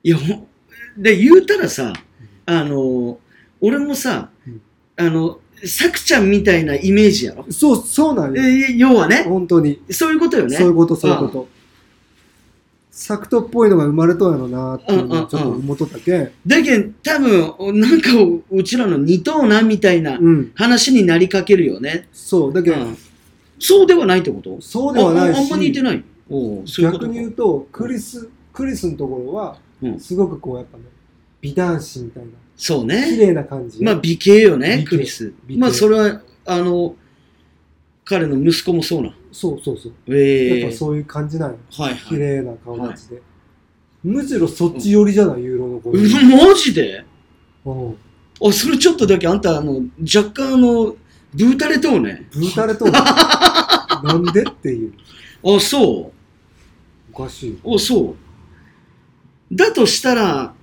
Speaker 1: いや、ほんで、言うたらさ、あの、俺もさ
Speaker 2: うん、
Speaker 1: あの、さくちゃんみたいなイメージやろ。
Speaker 2: そうそうなんよ
Speaker 1: え要はね、
Speaker 2: 本当に
Speaker 1: そういうことよね。
Speaker 2: そういうことそういうこと作徒っぽいのが生まれとうやろなっていうのをちょっと思っとったけん。
Speaker 1: だけん、多分、なんか、うちらの似とうな、みたいな
Speaker 2: うん。
Speaker 1: 話になりかけるよね。
Speaker 2: そう。だけ
Speaker 1: う
Speaker 2: ど、
Speaker 1: んそうではないってこと
Speaker 2: そうではない
Speaker 1: あああんまり似て
Speaker 2: し、
Speaker 1: ない。おうそういうことか
Speaker 2: 逆に言うと、クリス、クリスのところは
Speaker 1: うん、
Speaker 2: すごくこうやっぱね、美男子みたいな、
Speaker 1: そう
Speaker 2: 綺
Speaker 1: ね。
Speaker 2: 麗な感じ。
Speaker 1: まあ、美形よね、
Speaker 2: 美形
Speaker 1: クリス。
Speaker 2: 美形
Speaker 1: まあ、それは、あの、彼の息子もそうな。
Speaker 2: そうそうそう。
Speaker 1: ええ
Speaker 2: やっぱそういう感じなんよ。
Speaker 1: はい
Speaker 2: 綺
Speaker 1: はい。
Speaker 2: 麗な顔立ちで。むしろそっち寄りじゃない、ユーロの子。
Speaker 1: うん マジで
Speaker 2: うん。
Speaker 1: あ、それちょっとだけ、あんた、あの、若干、あの、ブータレとうね。
Speaker 2: ブータレとはなんでっていう。
Speaker 1: あ、そう。
Speaker 2: おかしい。
Speaker 1: お、そう。だとしたら、あ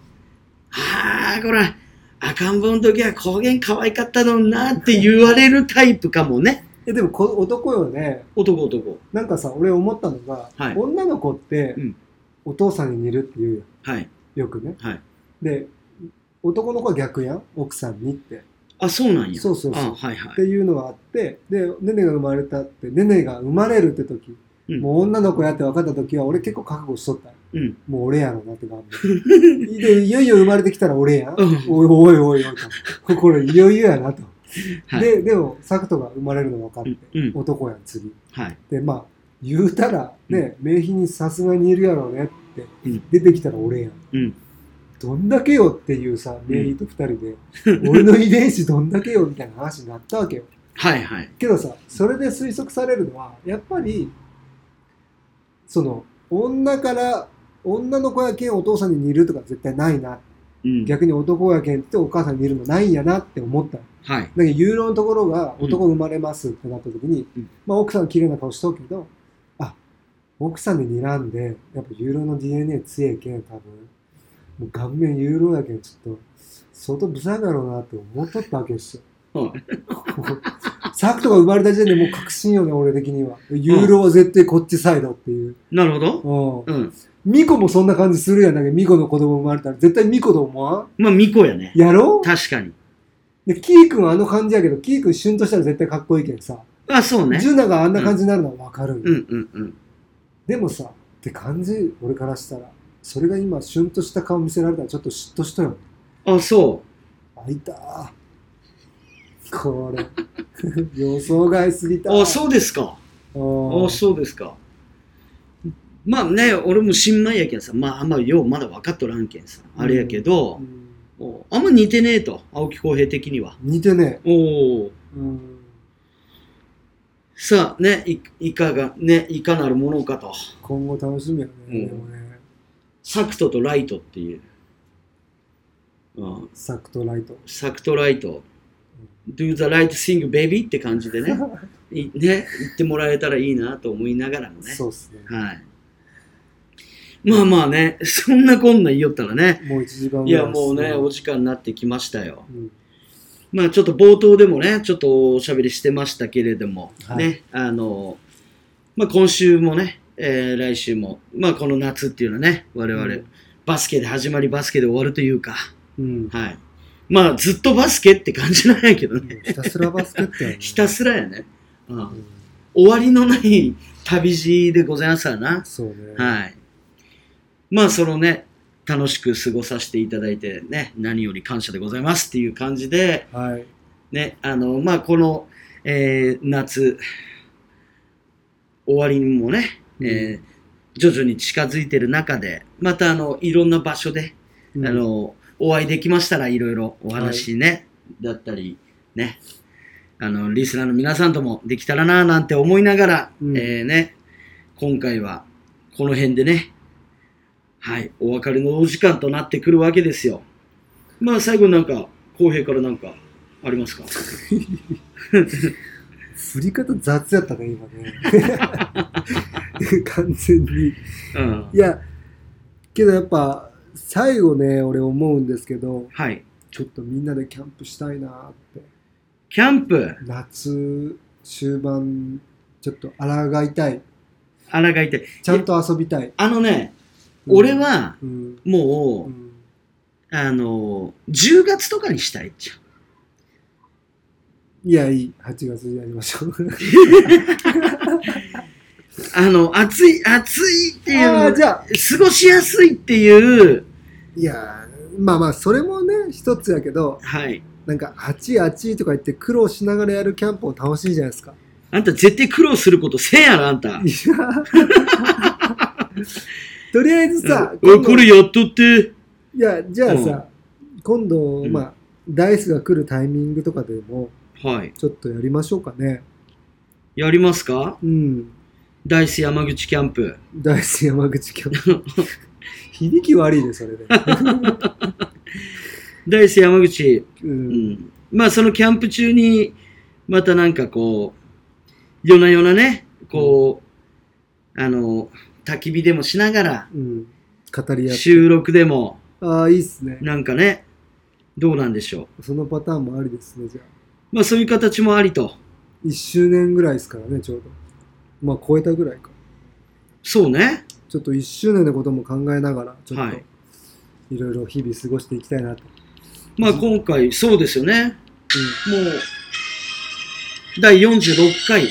Speaker 1: あ、こら、赤ん坊の時は高原可愛かったのになって言われるタイプかもね。
Speaker 2: え、でもこ男よね、
Speaker 1: 男男。
Speaker 2: なんかさ、俺思ったのが、
Speaker 1: はい
Speaker 2: 女の子って、
Speaker 1: うん
Speaker 2: お父さんに似るって言うよ
Speaker 1: はい。
Speaker 2: よくね。
Speaker 1: はい
Speaker 2: で、男の子は逆やん、奥さんにって。っ
Speaker 1: あ、そうなんや。
Speaker 2: そうそうそう
Speaker 1: あはいは
Speaker 2: て
Speaker 1: い。
Speaker 2: いうのがあって、で、ネネが生まれたって、ネネが生まれるって時、
Speaker 1: うん
Speaker 2: もう女の子やって分かった時は、俺結構覚悟しとった。
Speaker 1: うん。
Speaker 2: もう俺やろなって 感じ。で、いよいよ生まれてきたら俺やん。
Speaker 1: うん
Speaker 2: おいおいおいおいと。これいよいよやなと。
Speaker 1: はい
Speaker 2: で、でも、サクトが生まれるの分かっ
Speaker 1: う
Speaker 2: て
Speaker 1: ん、。うん
Speaker 2: 男やん、次。
Speaker 1: はい。
Speaker 2: で、まあ、言うたら、ね、名品にさすがにいるやろうねって
Speaker 1: うん、
Speaker 2: 出てきたら俺やん。
Speaker 1: うん
Speaker 2: どんだけよっていうさ、名品と 二人で、俺の遺伝子どんだけよみたいな話になったわけよ。
Speaker 1: はいはい。
Speaker 2: けどさ、それで推測されるのは、やっぱり、その、女から、女の子やけんお父さんに似るとか絶対ないな。
Speaker 1: うん。
Speaker 2: 逆に男やけんってお母さんに似るのないんやなって思った。だ
Speaker 1: はい。
Speaker 2: けど、ユーロのところが
Speaker 1: うん
Speaker 2: 男生まれますってなった時に、
Speaker 1: うん
Speaker 2: まあ奥さん綺麗な顔しとうけど、あ、奥さんに睨んで、やっぱユーロの DNA 強いけん多分、もう顔面ユーロやけんちょっと、相当ブサイクだろうなって思っとったわけですよ。
Speaker 1: はい
Speaker 2: サクトが生まれた時点でもう確信よね、俺的には。ユーロは絶対こっちサイドっていう。
Speaker 1: なるほど。
Speaker 2: うん。
Speaker 1: うん。
Speaker 2: ミコもそんな感じするやん。なんかミコの子供生まれたら絶対ミコと思わん
Speaker 1: まあ、巫女やね。
Speaker 2: やろ
Speaker 1: 確かに。
Speaker 2: で、キー君はあの感じやけど、キー君シュンとしたら絶対かっこいいけどさ。
Speaker 1: あ、そうね
Speaker 2: ジ。ュナがあんな感じになるのはわかるんよ、
Speaker 1: うんうんうん。
Speaker 2: でもさ、って感じ、俺からしたら。それが今、シュンとした顔見せられたらちょっと嫉妬したよ。
Speaker 1: あ、そ
Speaker 2: あいたー。これ。 予想外すぎた。
Speaker 1: う。あ、そうですか。
Speaker 2: うん
Speaker 1: あそうですか。まあね、俺も新米やけんさ、まああんまようまだ分かっとらんけんさ、あれやけど、
Speaker 2: うん
Speaker 1: おあんま似てねえと、青木浩平的には。
Speaker 2: 似てね
Speaker 1: おお。
Speaker 2: え。うん
Speaker 1: さあねい、いかが、ね、いかなるものかと。
Speaker 2: 今後楽しみやね、
Speaker 1: うん
Speaker 2: でもね
Speaker 1: サクトとライトっていう。うん、
Speaker 2: サクとライト
Speaker 1: サクトライト。Do the right thing, baby って感じで ね、いね、言ってもらえたらいいなと思いながらもね。
Speaker 2: そうっすね
Speaker 1: はい。まあまあね、そんなこんな言いよったらね、
Speaker 2: もう1時間
Speaker 1: い
Speaker 2: ぐら
Speaker 1: や
Speaker 2: い
Speaker 1: もうね、お
Speaker 2: 落ち
Speaker 1: 時間になってきましたよ。
Speaker 2: うん、
Speaker 1: まあちょっと冒頭でもね、ちょっとおしゃべりしてましたけれども、
Speaker 2: はい
Speaker 1: ね、あの、まあ今週もね、えー来週も、まあこの夏っていうのはね、我々、
Speaker 2: うん
Speaker 1: バスケで始まりバスケで終わるというか、
Speaker 2: うん
Speaker 1: はい。まあずっとバスケって感じなんやけどね、
Speaker 2: ひたすらバスケットやね
Speaker 1: ひたすらやね、う、
Speaker 2: うんん
Speaker 1: 終わりのない旅路でございますわな。
Speaker 2: そうね、
Speaker 1: はい。まあ、そのね、楽しく過ごさせていただいてね、何より感謝でございますっていう感じで、
Speaker 2: はい、
Speaker 1: ね、あの、まあ、この、えー夏、終わりにもね、
Speaker 2: うん
Speaker 1: えー徐々に近づいてる中で、またあの、いろんな場所で、
Speaker 2: うん
Speaker 1: あの、お会いできましたらいろいろお話ね、だったり、ね、あの、リスナーの皆さんともできたらなぁなんて思いながら、
Speaker 2: うん
Speaker 1: えーね、今回はこの辺でね、はい、お別れのお時間となってくるわけですよ。まあ最後になんか、公平からなんかありますか
Speaker 2: 振り方雑やったね今ね 完全に
Speaker 1: うん
Speaker 2: い。やけどやっぱ最後ね俺思うんですけど
Speaker 1: はい。
Speaker 2: ちょっとみんなでキャンプしたいなって
Speaker 1: キャンプ、
Speaker 2: 夏終盤ちょっと抗いたい
Speaker 1: あらがいて。
Speaker 2: ちゃんと遊びたい、
Speaker 1: あのね、
Speaker 2: うん
Speaker 1: 俺は
Speaker 2: うん
Speaker 1: もう、
Speaker 2: うん
Speaker 1: あの、10月とかにしたいっちゃう。
Speaker 2: いや、いい。8月にやりましょう。
Speaker 1: あの、暑い、暑いって
Speaker 2: あ
Speaker 1: い
Speaker 2: あ、
Speaker 1: う、
Speaker 2: じゃあ、
Speaker 1: 過ごしやすいっていう、
Speaker 2: いやー、まあまあ、それもね、一つやけど、
Speaker 1: はい。
Speaker 2: なんか、あっちあっちとか言って苦労しながらやるキャンプも楽しいじゃないですか。
Speaker 1: あんた絶対苦労することせんやろ、あんた
Speaker 2: い。やとりあえずさ、
Speaker 1: うんおい
Speaker 2: 今度
Speaker 1: これやっとって。
Speaker 2: いや、じゃあさ、今度、
Speaker 1: うん
Speaker 2: まあ、ダイスが来るタイミングとかでも、
Speaker 1: はい。
Speaker 2: ちょっとやりましょうかね。
Speaker 1: やりますか
Speaker 2: うん。
Speaker 1: ダイス山口キャンプ。
Speaker 2: ダイス山口キ ャンプ。響き悪いで、それで。
Speaker 1: ダイス山口。
Speaker 2: う。
Speaker 1: うんん。まあ、そのキャンプ中に、またなんかこう、夜な夜なね、こう、あの、焚き火でもしながら、
Speaker 2: うん。語り合って。
Speaker 1: 収録でも、
Speaker 2: ああ、いいっすね。
Speaker 1: なんかね、どうなんでしょう。
Speaker 2: そのパターンもありですね、じゃあ。
Speaker 1: まあ、そういう形もありと。
Speaker 2: 1周年ぐらいですからね、ちょうど。まあ、超えたぐらいか。
Speaker 1: そうね。
Speaker 2: ちょっと1周年のことも考えながら、ちょっと、
Speaker 1: はいい、
Speaker 2: ろいろ日々過ごしていきたいなと。
Speaker 1: まあ、今回、そうですよね。もう、第46回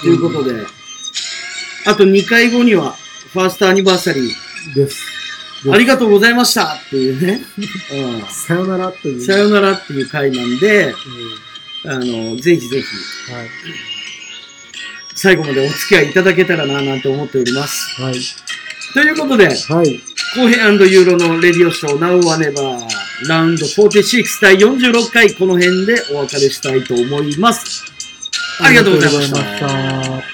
Speaker 1: ということで、あと2回後には、ファーストアニバーサリー、
Speaker 2: うん。です。
Speaker 1: ありがとうございましたっていうね、う
Speaker 2: さよならとい
Speaker 1: ん
Speaker 2: う。
Speaker 1: さよならっていう回なんで、
Speaker 2: う
Speaker 1: あの、ぜひぜひ、
Speaker 2: ん。はい。
Speaker 1: 最後までお付き合いいただけたらな、なんて思っております。
Speaker 2: はい。
Speaker 1: ということで、
Speaker 2: はい。
Speaker 1: コヘユーロのレディオショー、ナウはネバー、ラウンド46第46回、この辺でお別れしたいと思います。ありがとうございました。
Speaker 2: ありがとうございました。